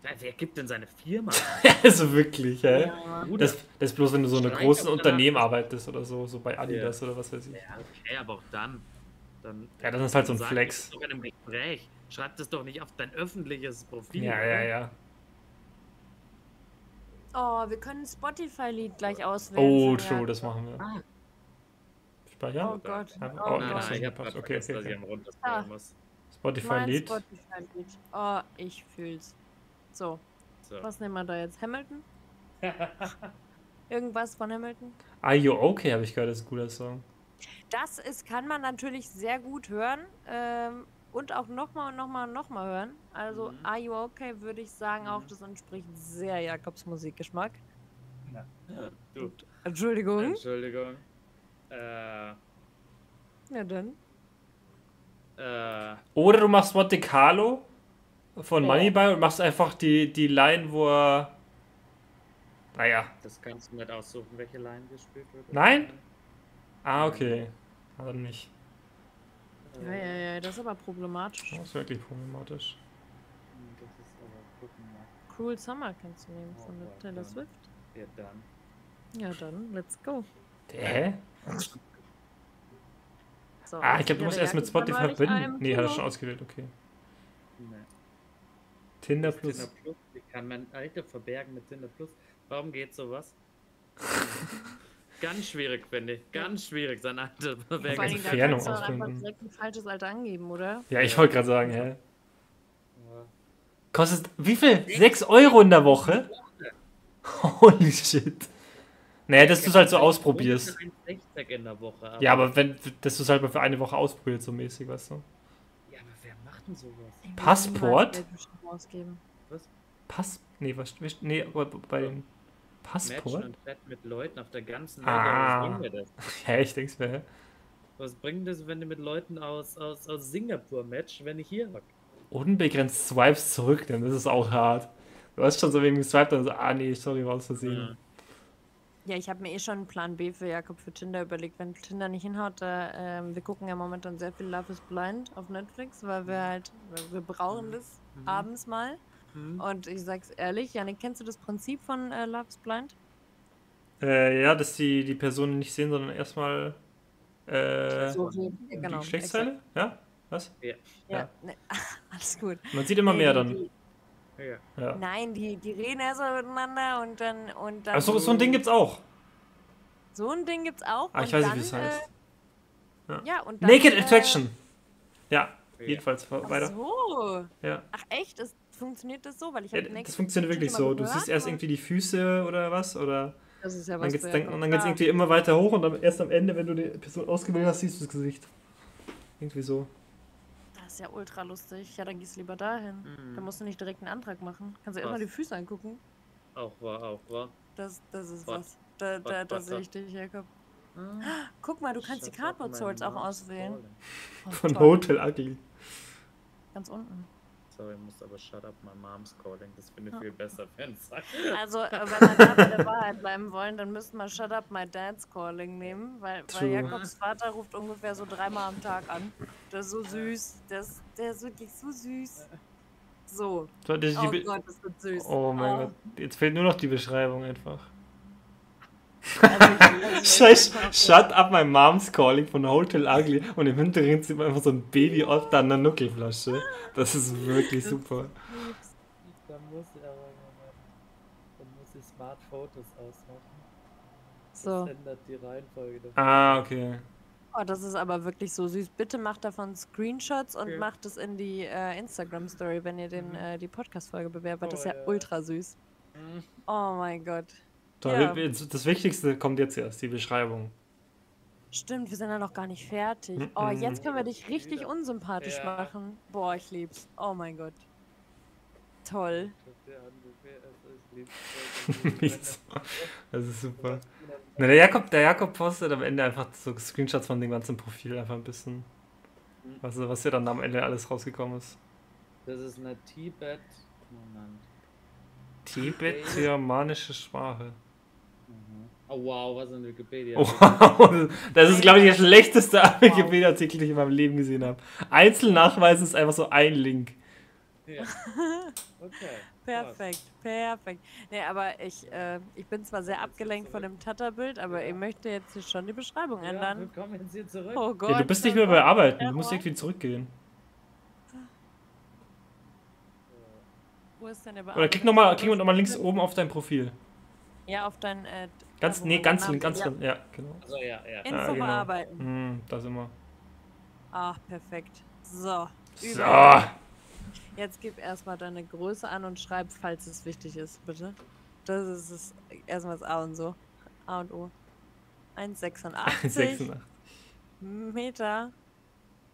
E: Ja, wer gibt denn seine Firma?
D: [LAUGHS] Also wirklich, hä?
E: Bruder.
D: Das, das ist bloß, wenn du so in einem
E: Streik
D: großen
E: auf der
D: Unternehmen arbeitest oder so, so bei Adidas oder was weiß ich.
E: ja, okay, aber auch dann. Dann
D: Ja, das ist halt so ein
E: sag Das
D: Flex.
E: doch in einem Gespräch. Schreib das doch nicht auf dein öffentliches Profil.
D: Ja, ja, ja.
C: Oh, wir können ein Spotify-Lied gleich auswählen.
D: Oh,
C: für Jakob.
D: true, das machen wir. Speichern?
C: Oh Gott.
D: Ja,
C: Oh
D: oh,
C: nein,
D: das ist
E: ich
D: nicht
E: hab grad
D: gepasst. Okay,
E: vergessen,
D: okay,
E: dass ich
D: okay.
E: am runterscrollen
C: Ah.
E: muss.
D: Spotify
C: Mein
D: lädt.
C: Spotify-Lied. Oh, ich fühl's. So,
E: So.
C: was nehmen wir da jetzt? Hamilton? Irgendwas von Hamilton?
D: Are You Ah, Okay, habe ich gehört, das ist ein guter Song.
C: Das ist, kann man natürlich sehr gut hören ähm, und auch nochmal und nochmal und nochmal hören. Also
E: Mhm.
C: Are You Okay würde ich sagen, auch das entspricht sehr Jakobs Musikgeschmack.
E: Du,
C: Entschuldigung.
E: Entschuldigung. Äh,
C: Ja, dann.
E: äh,
D: Oder du machst Monte Carlo von
C: Ja.
D: Moneyball und machst einfach die, die Line, wo er. Naja.
E: das kannst du nicht aussuchen, welche Line gespielt wird.
D: Nein? Ah, okay. Also nicht.
E: Äh,
C: Ja, ja, ja, das ist aber problematisch.
D: Das ist wirklich problematisch.
E: Das ist aber gucken mal.
C: Cruel Summer kannst du nehmen von
E: Oh,
C: der Taylor
E: dann.
C: Swift.
E: Ja, dann.
C: Ja, dann, let's go.
D: Hä?
C: So,
D: Ah, ich glaube, du
C: ja,
D: musst
C: der
D: erst mit
C: Jakob war
D: Spotify
C: neulich
D: verbinden.
C: einem
D: Nee, hat er
C: Kino.
D: schon ausgewählt, okay.
E: Nee.
D: Tinder
E: Plus.
D: plus.
E: Tinder Plus. Ich kann mein Alter verbergen mit Tinder Plus. Warum geht
D: [LAUGHS]
E: sowas? Ganz schwierig, finde ich. Ganz schwierig, sein Alter
C: Vor
E: verbergen.
C: allem, da
D: Entfernung
C: kannst du dann einfach
D: ausfinden.
C: direkt ein falsches Alter angeben, oder?
D: Ja, ich wollte gerade sagen, hä? Kostet wie viel? 6 Euro in der Woche? [LAUGHS] Holy shit. Naja, dass du es halt so ausprobierst.
E: Ein 60 in der Woche.
D: Ja, aber wenn, dass du es halt mal für eine Woche ausprobierst, so mäßig, weißt du?
E: Ja, aber wer macht denn sowas?
C: Ich würde
D: Passport?
C: niemals Geld für Schuhe Ausgeben.
D: Pass. Nee, was. wisch- Nee, aber bei dem.
E: Matchen
D: [LAUGHS] Passport?
E: und Chat mit Leuten auf der ganzen Welt.
D: Ah.
E: Was bringt mir das?
D: Hä, ich denk's mir, hä?
E: Was bringt das, wenn du mit Leuten aus, aus, aus Singapur match, wenn ich hier hock?
D: Unbegrenzt Swipes zurücknehmen, das ist auch hart. Du hast schon so wegen geswiped und so, ah nee, sorry, war aus Versehen.
C: Ja, ich habe mir eh schon einen Plan B für Jakob für Tinder überlegt. Wenn Tinder nicht hinhaut, da, ähm, wir gucken ja momentan sehr viel Love is Blind auf Netflix, weil
D: Mhm.
C: wir halt, weil wir brauchen das
E: Mhm.
C: abends mal.
E: Hm?
D: Mhm.
C: Und ich sag's ehrlich, Janik, kennst du das Prinzip von äh, Love is Blind?
D: Äh, ja, dass die, die Personen nicht sehen, sondern erstmal. Äh,
C: So, genau.
D: die Geschlechtsteile? Ja? Was?
C: exakt. Ja,
D: ja.
C: ne, [LAUGHS] alles gut.
D: Man sieht immer
C: Nee,
D: mehr
C: die-
D: dann.
C: die-
E: Ja.
D: Ja.
C: Nein, die, die reden erstmal miteinander und dann. Und dann
D: Ach so, so ein Ding gibt's auch.
C: So ein Ding gibt's auch.
D: Ah, ich
C: und
D: weiß nicht,
C: dann,
D: wie es heißt.
C: Äh, ja, und dann,
D: Naked
C: äh,
D: Attraction. Ja,
E: Ja.
D: jedenfalls
C: Ach
D: weiter.
C: so.
D: Ja.
C: Ach echt? Ist, funktioniert das so? Weil ich
D: Ja,
C: hab
D: das
C: Naked
D: funktioniert
C: Attraction
D: wirklich
C: schon mal
D: so. Du
C: gehört,
D: siehst erst
C: aber-
D: irgendwie die Füße oder was oder
C: Das ist ja
D: dann
C: was.
D: geht's
C: für
D: dann,
C: Jakob.
D: und dann geht's
C: Ah,
D: irgendwie immer weiter hoch und dann erst am Ende, wenn du die Person ausgewählt hast, siehst du das Gesicht. Irgendwie so.
C: Das ist ja ultra lustig. Ja, dann gehst du lieber dahin.
E: Mhm.
C: Da musst du nicht direkt einen Antrag machen. Kannst du erstmal
E: Was?
C: die Füße angucken.
E: Auch wahr, auch wahr.
C: Das, das ist
E: Gott.
C: was. Da, da,
E: Gott,
C: da
E: Gott,
C: sehe
E: Gott.
C: ich dich, Jakob. Guck Hm? mal, du kannst die
E: Shut up,
C: Cardboard
E: my
C: Souls auch
E: mouth is
C: auswählen.
E: falling.
C: Oh,
D: Von
C: toll.
D: Hotel Ugly.
C: Ganz unten.
E: Sorry, ich muss aber shut up, my mom's calling. Das finde ich
C: Ja.
E: viel besser, wenn es sagt.
C: Also, äh, wenn wir da bei
D: [LAUGHS]
C: der Wahrheit bleiben wollen, dann müssten wir Shut Up My Dad's Calling nehmen, weil, weil
D: True.
C: Jakobs Vater ruft ungefähr so dreimal am Tag an. Der ist so süß. Der ist, der ist wirklich so süß. So.
D: So, die, die
C: Oh
D: Be-
C: Gott, ist das süß.
D: oh mein Gott. Jetzt fehlt nur noch die Beschreibung einfach. [LAUGHS]
C: Also,
D: Scheiß, shut up, my mom's calling von Hotel Ugly und im Hintergrund sieht man einfach so ein Baby auf der anderen Nuckelflasche. Das ist wirklich super.
E: Da muss ich aber Moment. Dann muss ich Smart Photos ausmachen.
C: so.
E: ändert die Reihenfolge. davon.
D: Ah, okay.
C: Oh, das ist aber wirklich so süß. Bitte macht davon Screenshots und
E: Okay.
C: macht es in die äh, Instagram-Story, wenn ihr
D: Mhm.
C: den, äh, die Podcast-Folge bewerbt, weil das ist
E: Oh,
C: ja
E: ja.
C: ultra süß.
E: Mhm.
C: Oh mein Gott.
D: So,
C: Ja.
D: wir- wir- Das Wichtigste kommt jetzt erst, die Beschreibung.
C: Stimmt, wir sind ja noch gar nicht fertig.
D: Mm-mm.
C: Oh, jetzt können wir dich richtig
E: Wieder.
C: unsympathisch
E: Ja.
C: machen. Boah, ich lieb's. Oh mein Gott. Toll.
E: Das ist der andere, der- also ich lieb's
C: [LAUGHS]
D: [LAUGHS] Nichts.
E: voll,
D: Das ist
E: wenn du-
D: super.
E: wenn du-
D: Na, der Jakob, der Jakob postet am Ende einfach so Screenshots von dem ganzen Profil, einfach ein bisschen. Was, was ja dann am Ende alles rausgekommen ist.
E: Das ist eine Tibet. Moment.
D: Tibet-Germanische Sprache.
E: Mhm. Oh wow, was in Wikipedia.
C: Oh.
D: Wow, Oh, [LAUGHS] das ist, glaube ich, der schlechteste Wikipedia-Artikel, den ich in meinem Leben gesehen habe. Einzelnachweis ist einfach so ein Link.
C: [LAUGHS]
E: Ja. Okay.
C: Perfekt, perfekt. Nee, aber ich, äh, ich bin zwar sehr
E: Jetzt
C: abgelenkt von
E: zurück.
C: dem Tata-Bild, aber
E: Ja.
C: ich möchte jetzt hier schon die Beschreibung
E: Ja,
C: ändern.
E: willkommen jetzt hier zurück.
C: Oh Gott.
D: Ja, du bist nicht mehr bei
C: oh
D: Arbeiten,
C: Gott.
D: du musst irgendwie zurückgehen.
C: Wo ist denn der
D: Oder klick nochmal klick noch mal links oben auf dein Profil.
C: Ja, auf dein. Äh,
D: Ganz,
C: da, wo
D: nee,
C: man
D: ganz,
C: danach-
D: links, ganz,
C: ja.
D: ganz, ja, genau.
E: Also ja, ja.
C: Info
D: Ah, genau.
C: bearbeiten.
D: Hm, da sind wir.
C: Ach, perfekt. So.
D: So, [LAUGHS]
C: Überall. Jetzt gib erstmal deine Größe an und schreib, falls es wichtig ist, bitte. Das ist es erstmal das A und so. A und O. 1,86
D: 86
C: Meter,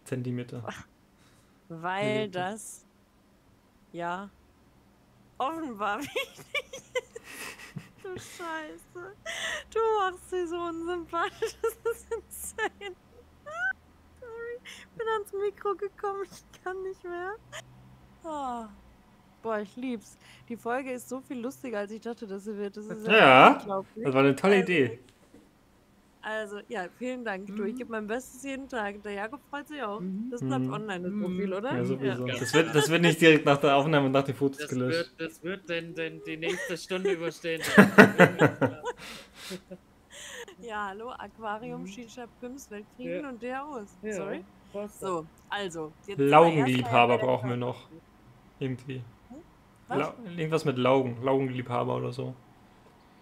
D: Zentimeter.
C: weil
D: Meter.
C: das ja offenbar [LAUGHS] wichtig ist. Du Scheiße. Du machst sie so unsympathisch. [LAUGHS] Das ist insane. Sorry, ich bin ans Mikro gekommen. Ich kann nicht mehr. Ah. Boah, ich lieb's. Die Folge ist so viel lustiger, als ich dachte, dass sie wird. Das ist
D: Ja,
C: unglaublich.
D: Das war eine tolle
C: Also,
D: Idee.
C: Also, ja, vielen Dank. Du, ich gebe mein Bestes jeden Tag. Der Jakob freut sich auch. Das bleibt
D: Mhm.
C: online, das Profil, oder?
D: Ja, sowieso.
E: Ja.
D: Das, wird, das wird nicht direkt nach der Aufnahme und nach den Fotos
E: Das
D: gelöscht.
E: wird, das wird denn, denn die nächste
C: [LAUGHS]
E: Stunde überstehen.
C: Ja, hallo, Aquarium, Shisha, Pims, Weltfrieden
E: Mhm. Ja.
C: und DAOs.
E: Ja,
C: Sorry.
E: passt doch.
C: So, also. jetzt sind wir
D: Laugenliebhaber
C: erst mal
D: brauchen wir
C: bei der-
D: noch. Irgendwie.
C: Was?
D: Lau- irgendwas mit Laugen. Laugenliebhaber oder so.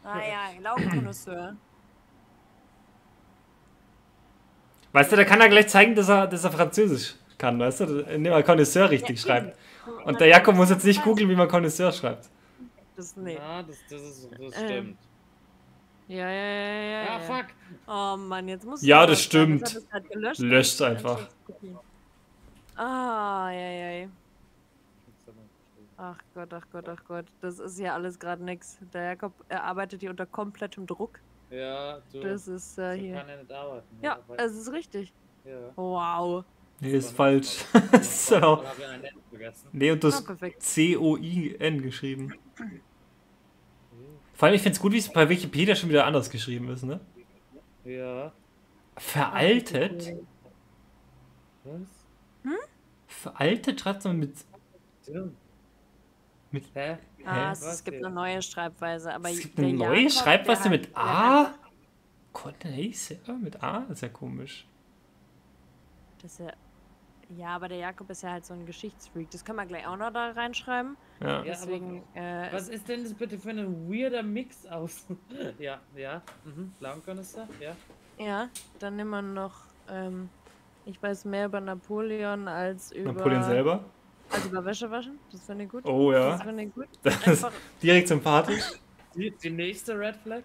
C: Ah ja, Laugenkonnoisseur.
D: Weißt du, da kann er gleich zeigen, dass er, dass er Französisch kann, weißt du? Indem er Connoisseur richtig schreibt.
C: Oh,
D: Und der Jakob muss jetzt nicht googeln, wie man Connoisseur schreibt.
C: Das, nee.
E: Ja, das, das, ist, das
C: Ähm, äh,
E: stimmt.
C: Ja, ja, ja, ja. ja.
E: Ah, fuck.
C: Oh Mann, jetzt muss
D: Ja, das stimmt.
C: Das hat gelöscht.
D: Löscht's einfach.
C: Ah, ja, ja. Ach Gott, ach Gott, ach Gott. Das ist ja alles gerade nix. Der Jakob er arbeitet hier unter komplettem Druck.
E: Ja, du.
C: Das ist äh,
E: so
C: hier.
E: kann er nicht arbeiten.
C: Ja, also-
E: aber-
C: es ist richtig.
D: [LAUGHS]
E: ja.
C: Wow.
D: Nee, ist
E: Aber-
D: falsch.
E: aber-
D: [LAUGHS] so.
E: aber Hab ich einen Namen vergessen.
D: Nee, und
C: Ah,
D: das
C: perfekt.
D: C-O-I-N geschrieben. Vor allem, ich finde es gut, wie es bei Wikipedia schon wieder anders geschrieben ist, ne?
E: Ja.
D: Veraltet?
E: Was?
D: Veraltet schreibt man mit.
E: Stimmt.
D: Mit-
E: Hä?
C: Ah,
D: Hä?
C: es,
E: Was
C: es gibt
E: denn?
C: eine neue Schreibweise. Aber
D: Es gibt
C: der
D: eine neue
C: Jakob, der
D: Schreibweise
C: hat-
D: mit
C: der hat-
D: A? Connoisseur mit A? Ist ja komisch.
C: Das ist ja, ja, aber der Jakob ist ja halt so ein Geschichtsfreak. Das können wir gleich auch noch da reinschreiben.
D: Ja.
E: Ja. aber-
C: Deswegen, äh,
E: Was ist denn das bitte für ein weirder Mix aus? [LAUGHS] ja, ja. Mhm. Laugenkanister? Ja.
C: ja, dann nehmen wir noch. Ähm, ich weiß mehr über Napoleon als über.
D: Napoleon selber? [LAUGHS]
C: Als über Wäsche waschen. Das finde ich gut.
D: Oh
C: Das
D: ja.
C: finde ich gut.
D: Das ist
C: Einfach,
D: direkt sympathisch.
E: Die, die nächste Red Flag?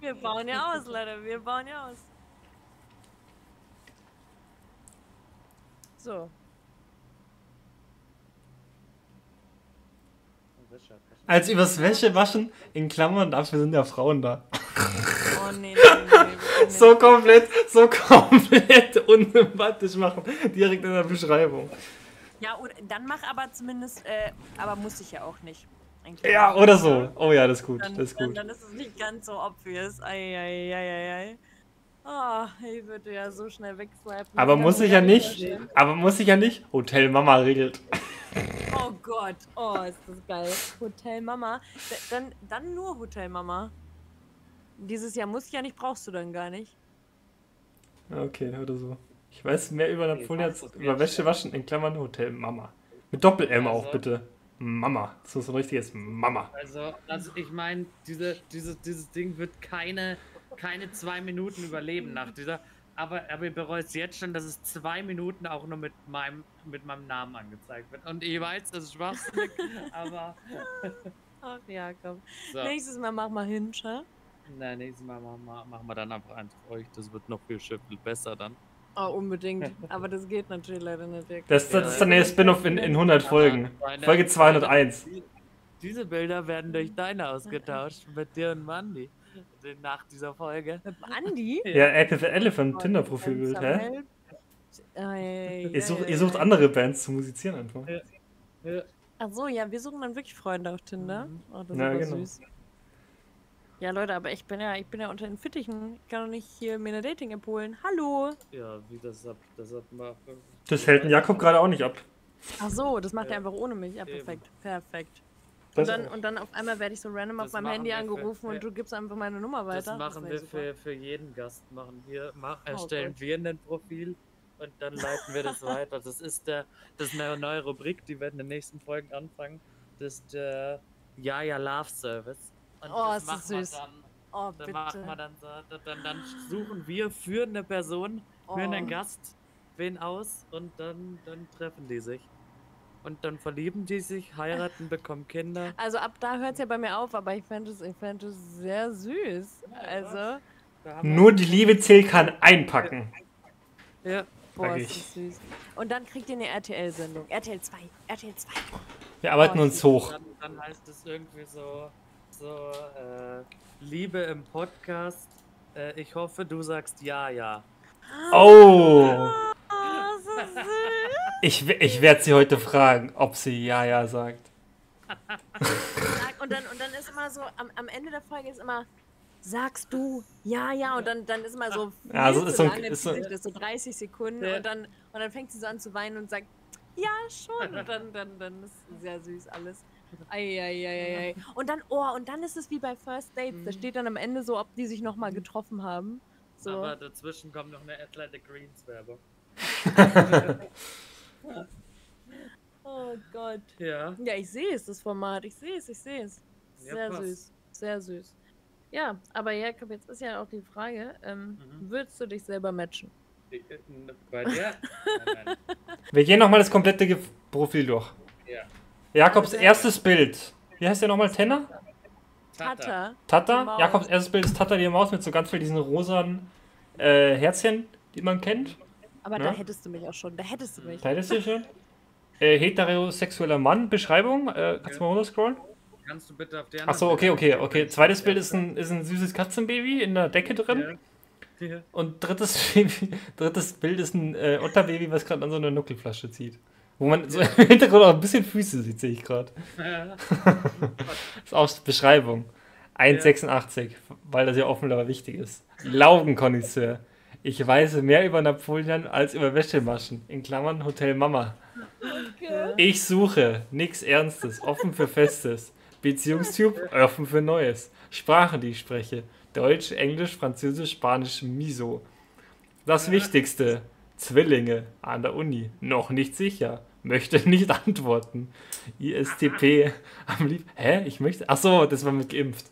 C: wir bauen ja aus, Leute. Wir bauen ja aus. So.
D: Als übers Wäschewaschen in Klammern, dafür sind ja Frauen da.
C: Oh nee, nee, nee, nee, nee.
D: [LAUGHS] So komplett, so [LAUGHS] komplett unsympathisch machen. Direkt in der Beschreibung.
C: Ja, oder, dann mach aber zumindest, äh, aber muss ich ja auch nicht. Eigentlich.
D: Ja, oder so. Oh ja, das ist gut.
C: Dann,
D: Das ist
C: dann,
D: gut.
C: dann ist es nicht ganz so obvious. Eieieiei. Ah, ich würde ja so schnell wegswipen.
D: Aber
C: Kann
D: muss
C: mir
D: ich ja
C: gar
D: nicht.
C: vorstellen.
D: Aber muss ich ja nicht. Hotel Mama regelt.
C: Oh Gott, oh, ist das geil. Hotel Mama. D- Dann, dann nur Hotel Mama. Dieses Jahr muss ich ja nicht, brauchst du dann gar nicht.
D: Ah, Okay, oder so. Ich weiß mehr über Napoleon als
E: passt das
D: über
E: jetzt,
D: Wäsche
E: ja.
D: waschen in Klammern Hotel Mama. Mit Doppel-M auch
E: Also.
D: bitte. Mama. Das ist so ein richtiges Mama.
E: Also, also ich meine, diese, diese, dieses Ding wird keine, keine zwei Minuten überleben nach dieser. Aber, aber ich bereue es jetzt schon, dass es zwei Minuten auch nur mit meinem, mit meinem Namen angezeigt wird. Und ich weiß, das ist schwachsinnig, [LAUGHS] aber.
C: Ach ja, komm.
E: So.
C: Nächstes Mal mach mal hin, ja?
E: Nein, nächstes Mal machen wir, machen wir dann einfach eins für euch. Das wird noch viel schön- besser dann.
C: Oh, unbedingt. [LAUGHS] Aber das geht natürlich leider nicht wirklich.
D: Das, das ist dann der Spin-off in, in 100 Folgen.
E: Meine-
D: Folge 201.
E: Diese Bilder werden durch deine ausgetauscht mit dir und Mandy den- nach dieser Folge.
C: Mit dem Andi?
D: Ja, Apple for Elephant, Tinder-Profilbild, hä?
C: Einsam helft. Ei,
D: Ihr sucht,
C: ei,
D: ihr sucht
C: ei.
D: andere Bands zu musizieren einfach.
C: Ach so, ja, wir suchen dann wirklich Freunde auf Tinder.
E: Mhm.
C: Oh, das ist
D: Ja,
C: aber
D: genau.
C: süß. Ja, Leute, aber ich bin ja, ich bin ja unter den Fittichen. Ich kann doch nicht hier mir eine Dating-App holen. Hallo!
E: Ja, wie das ab, das hat mal.
D: Das hält den Jakob gerade auch nicht ab.
C: Ach so, das macht er
E: Ja.
C: einfach ohne mich. Ja,
E: Eben.
C: perfekt. Perfekt. Und
D: Das-
C: dann, und dann auf einmal werde ich so random
E: Das
C: auf meinem
E: machen
C: Handy
E: wir für-
C: angerufen
E: ja.
C: und du gibst einfach meine Nummer
E: Das
C: weiter.
E: machen
C: wär
E: wir
C: super.
E: für, für jeden Gast. Machen wir, mach,
C: Oh
E: erstellen
C: Gott.
E: wir ein Profil und dann leiten wir das weiter. Das ist der, das ist eine neue Rubrik, die wir in den nächsten Folgen anfangen. Das ist der Jaja Love Service. Und
C: Oh,
E: das
C: ist
E: machen
C: das
E: wir
C: süß.
E: Dann,
C: Oh,
E: dann, machen wir
C: bitte.
E: dann, so- dann, dann, dann suchen wir für eine Person,
C: Oh.
E: für einen Gast, wen aus und dann, dann treffen die sich. Und dann verlieben die sich, heiraten, bekommen Kinder.
C: Also ab da hört es ja bei mir auf, aber ich fand es, ich fand es sehr süß. Also,
E: Da haben wir-
D: Nur die Liebe zählt kann einpacken.
E: Ja,
C: boah,
D: Sag
C: ist
D: ich.
C: das süß. Und dann kriegt ihr eine RTL-Sendung. RTL 2, RTL 2.
D: Wir arbeiten uns hoch.
E: dann, dann heißt es irgendwie so, so äh, Liebe im Podcast. Äh, ich hoffe, du sagst ja, ja.
C: Ah.
D: Oh,
E: Ah,
C: Oh, [LAUGHS] ist das süß.
D: ich, we- ich werde sie heute fragen, ob sie ja, ja sagt.
C: Sag- Und dann, und dann ist immer so, am, am Ende der Folge ist immer, sagst du, ja, ja, und dann, dann ist immer so, viel
D: Ja, so
C: zu
D: ist so ein-
C: lange,
D: ist so-
C: Gesicht, das so 30 Sekunden
E: Ja.
C: und, dann, und dann fängt sie so an zu weinen und sagt, ja, schon. Und dann, dann, dann ist sehr süß alles. Eieieiei. Und dann, oh, und dann ist es wie bei First Dates,
E: Mhm.
C: da steht dann am Ende so, ob die sich nochmal getroffen haben. So.
E: Aber dazwischen kommt noch eine Athletic Greens Werbung.
C: oh Gott.
E: Ja.
C: Ja, ich sehe es, das Format. Ich sehe es, ich sehe es.
E: Ja,
C: Sehr
E: passt.
C: süß. Sehr süß. Ja, aber Jakob, jetzt ist ja auch die Frage, ähm,
E: Mhm.
C: würdest du dich selber matchen?
E: Ich- äh, n-
C: [LAUGHS]
E: Bei dir? nein, nein.
D: Wir gehen nochmal das komplette Ge Profil durch.
E: Ja.
D: Jakobs
C: Äh,
D: erstes Bild. Wie heißt der nochmal? Tenner?
E: Tata.
C: Tata. Die
D: Tata?
C: Maus.
D: Jakobs erstes Bild ist Tata die Maus mit so ganz viel diesen rosanen äh, Herzchen, die man kennt.
C: Aber
D: Ne?
C: da hättest du mich auch schon. Da hättest du mich.
D: Teilst du schon? Äh, heterosexueller Mann, Beschreibung. Äh, kannst du mal runterscrollen?
E: Kannst du bitte auf die
D: Achso, okay, okay, okay. Zweites Bild ist ein, ist ein süßes Katzenbaby in der Decke drin.
E: Ja. Ja.
D: Und drittes, Baby, [LAUGHS] drittes Bild ist ein äh, Otterbaby, was gerade an so einer Nuckelflasche zieht. Wo man so im Hintergrund auch ein bisschen Füße sieht, sehe ich gerade.
E: Ja.
D: Ist auch Beschreibung. 1,86, weil das ja offenbar wichtig ist. Laugenkonditeur. Ich weiß mehr über Napoleon als über Wäschemaschen. In Klammern Hotel Mama. Ich suche nichts Ernstes, offen für Festes. Beziehungstyp, offen für Neues. Sprachen, die ich spreche. Deutsch, Englisch, Französisch, Spanisch, Miso. Das Wichtigste. Zwillinge an der Uni. Noch nicht sicher. Möchte nicht [LAUGHS] antworten. ISTP. Am liebsten. Hä? Ich möchte. Achso, das war mit geimpft.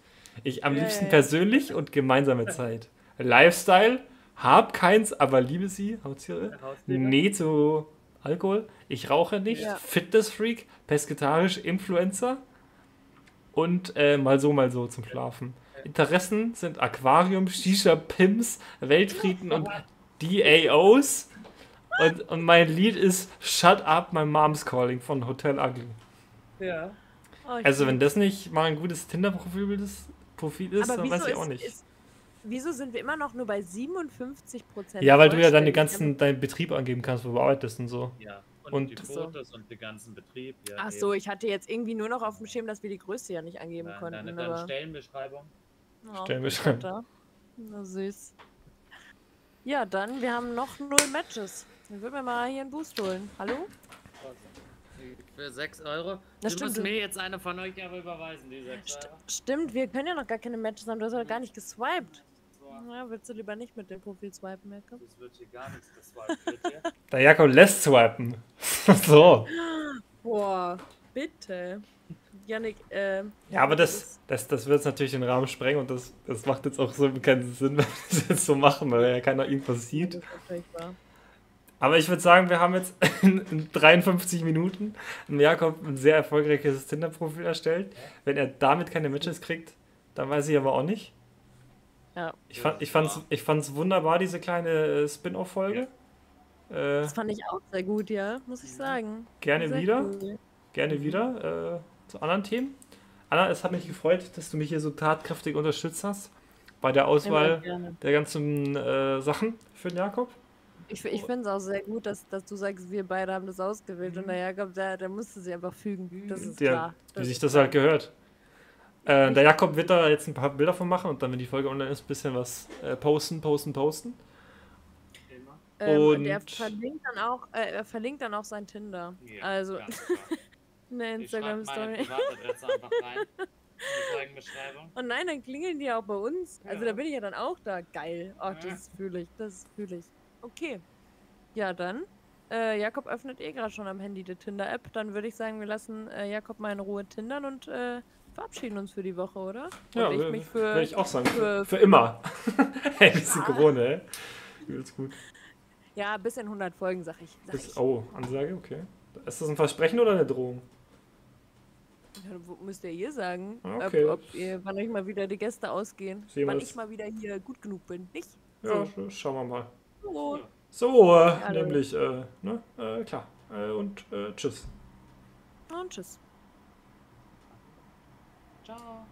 D: Ich am
C: Ja,
D: liebsten
C: ja, ja.
D: persönlich und gemeinsame Zeit. Lifestyle. Hab keins, aber liebe sie. Haustiere.
E: Haustiere.
D: Nee zu Alkohol. Ich rauche nicht.
C: Ja.
D: Fitnessfreak. Pesketarisch. Influencer. Und äh, mal so, mal so zum Schlafen. Interessen sind Aquarium, Shisha, Pimps, Weltfrieden und DAOs. Und, und mein Lied ist Shut Up, My Mom's Calling von Hotel Ugly.
E: Ja.
C: Oh, ich
D: Also, wenn
C: lieb-
D: das nicht mal ein gutes Tinder-Profil ist, Profil ist dann weiß ich auch nicht.
C: Ist, wieso sind wir immer noch nur bei 57 Prozent?
D: ja, weil du ja dann den ganzen deinen Betrieb angeben kannst, wo du arbeitest und so.
E: ja. Und,
D: Und-
E: die
D: Ach
C: so.
E: Fotos und den ganzen Betrieb. Ja,
C: Ach so,
E: eben.
C: ich hatte jetzt irgendwie nur noch auf dem Schirm, dass wir die Größe ja nicht angeben
E: Nein,
C: konnten.
E: Deine, deine
C: aber,
E: Stellenbeschreibung.
C: oh,
D: Stellenbeschreibung.
C: Tata. Na süß. Ja, dann, wir haben noch null Matches. Dann würden wir mal hier einen Boost holen. Hallo?
E: Für 6 Euro.
C: Das
E: du
C: stimmt,
E: musst
C: du-
E: mir jetzt eine von euch aber überweisen, die 6
C: St
E: Euro.
C: stimmt, wir können ja noch gar keine Matches haben. Du hast ja gar nicht geswiped. Na, willst du lieber nicht mit dem Profil swipen, Merke?
E: Das wird hier gar nichts geswiped, wird hier.
C: [LAUGHS]
D: Der Jakob lässt swipen. [LAUGHS] so.
C: Boah, bitte. Janik, äh.
D: Ja, aber das, das, das wird natürlich den Rahmen sprengen und das, das macht jetzt auch so keinen Sinn, [LAUGHS] wenn wir das jetzt so machen, weil ja keiner irgendwas
C: Das
D: sieht.
C: ist natürlich wahr.
D: Aber ich würde sagen, wir haben jetzt [LAUGHS] in, in 53 Minuten dem Jakob ein sehr erfolgreiches Tinder-Profil erstellt. Wenn er damit keine Matches kriegt, dann weiß ich aber auch nicht.
C: Ja,
D: Ich, fand, ich, fand's, ich fand's wunderbar, diese kleine äh, Spin-off-Folge. Äh,
C: das fand ich auch sehr gut, ja, muss ich sagen.
D: gerne
C: Sehr
D: wieder.
C: cool.
D: Gerne wieder äh, zu anderen Themen. Anna, es hat mich gefreut, dass du mich hier so tatkräftig unterstützt hast bei der
C: Immer
D: Auswahl
C: gerne.
D: der ganzen äh, Sachen für den Jakob.
C: Ich, ich finde es auch sehr gut, dass, dass du sagst, wir beide haben das ausgewählt und der Jakob, der, der musste sich einfach fügen. Das ist
D: Mhm. Der,
C: klar.
D: wie
C: Das
D: sich
C: ist
D: das halt gehört. Äh, der Jakob wird da jetzt ein paar Bilder von machen und dann, wenn die Folge online ist, ein bisschen was äh, posten, posten, posten.
E: Thema.
C: Ähm, und er
D: Und-
C: verlinkt dann auch, äh, er verlinkt dann auch sein Tinder.
E: Ja,
C: also
E: ganz klar.
C: [LAUGHS] eine
E: Ich schreib meine
C: Instagram-Story.
E: Privatadresse einfach rein. in die Folgenbeschreibung.
C: [LAUGHS] Und nein, dann klingeln die ja auch bei uns. Also
E: Ja.
C: da bin ich ja dann auch da. Geil. Ach,
E: Ja.
C: das fühle ich, das fühle ich. Okay. Ja, dann. Äh, Jakob öffnet eh gerade schon am Handy die Tinder-App. Dann würde ich sagen, wir lassen äh, Jakob mal in Ruhe tindern und äh, verabschieden uns für die Woche, oder?
D: Ja,
C: Und ich
D: wür-
C: mich
D: würd
C: für.
D: ich auch sagen.
C: für-
D: Für, für
C: [LAUGHS]
D: immer. [LAUGHS] hey, bisschen Corona, ey. Übelst gut.
C: Ja, bis in 100 Folgen, sag ich. Sag ich.
D: Bis, oh, Ansage, okay. Ist das ein Versprechen oder eine Drohung?
C: Ja, wo- müsst ihr ihr sagen,
D: Okay.
C: ob, ob ihr, wann euch mal wieder die Gäste ausgehen.
D: Sehen wir
C: wann
D: das.
C: ich mal wieder hier gut genug bin, nicht?
D: Ja, sch- schauen wir mal.
C: So.
D: So, äh,
C: du-
D: nämlich, äh, ne? Äh, klar. Äh, und äh, tschüss.
C: Und tschüss.
E: Ciao.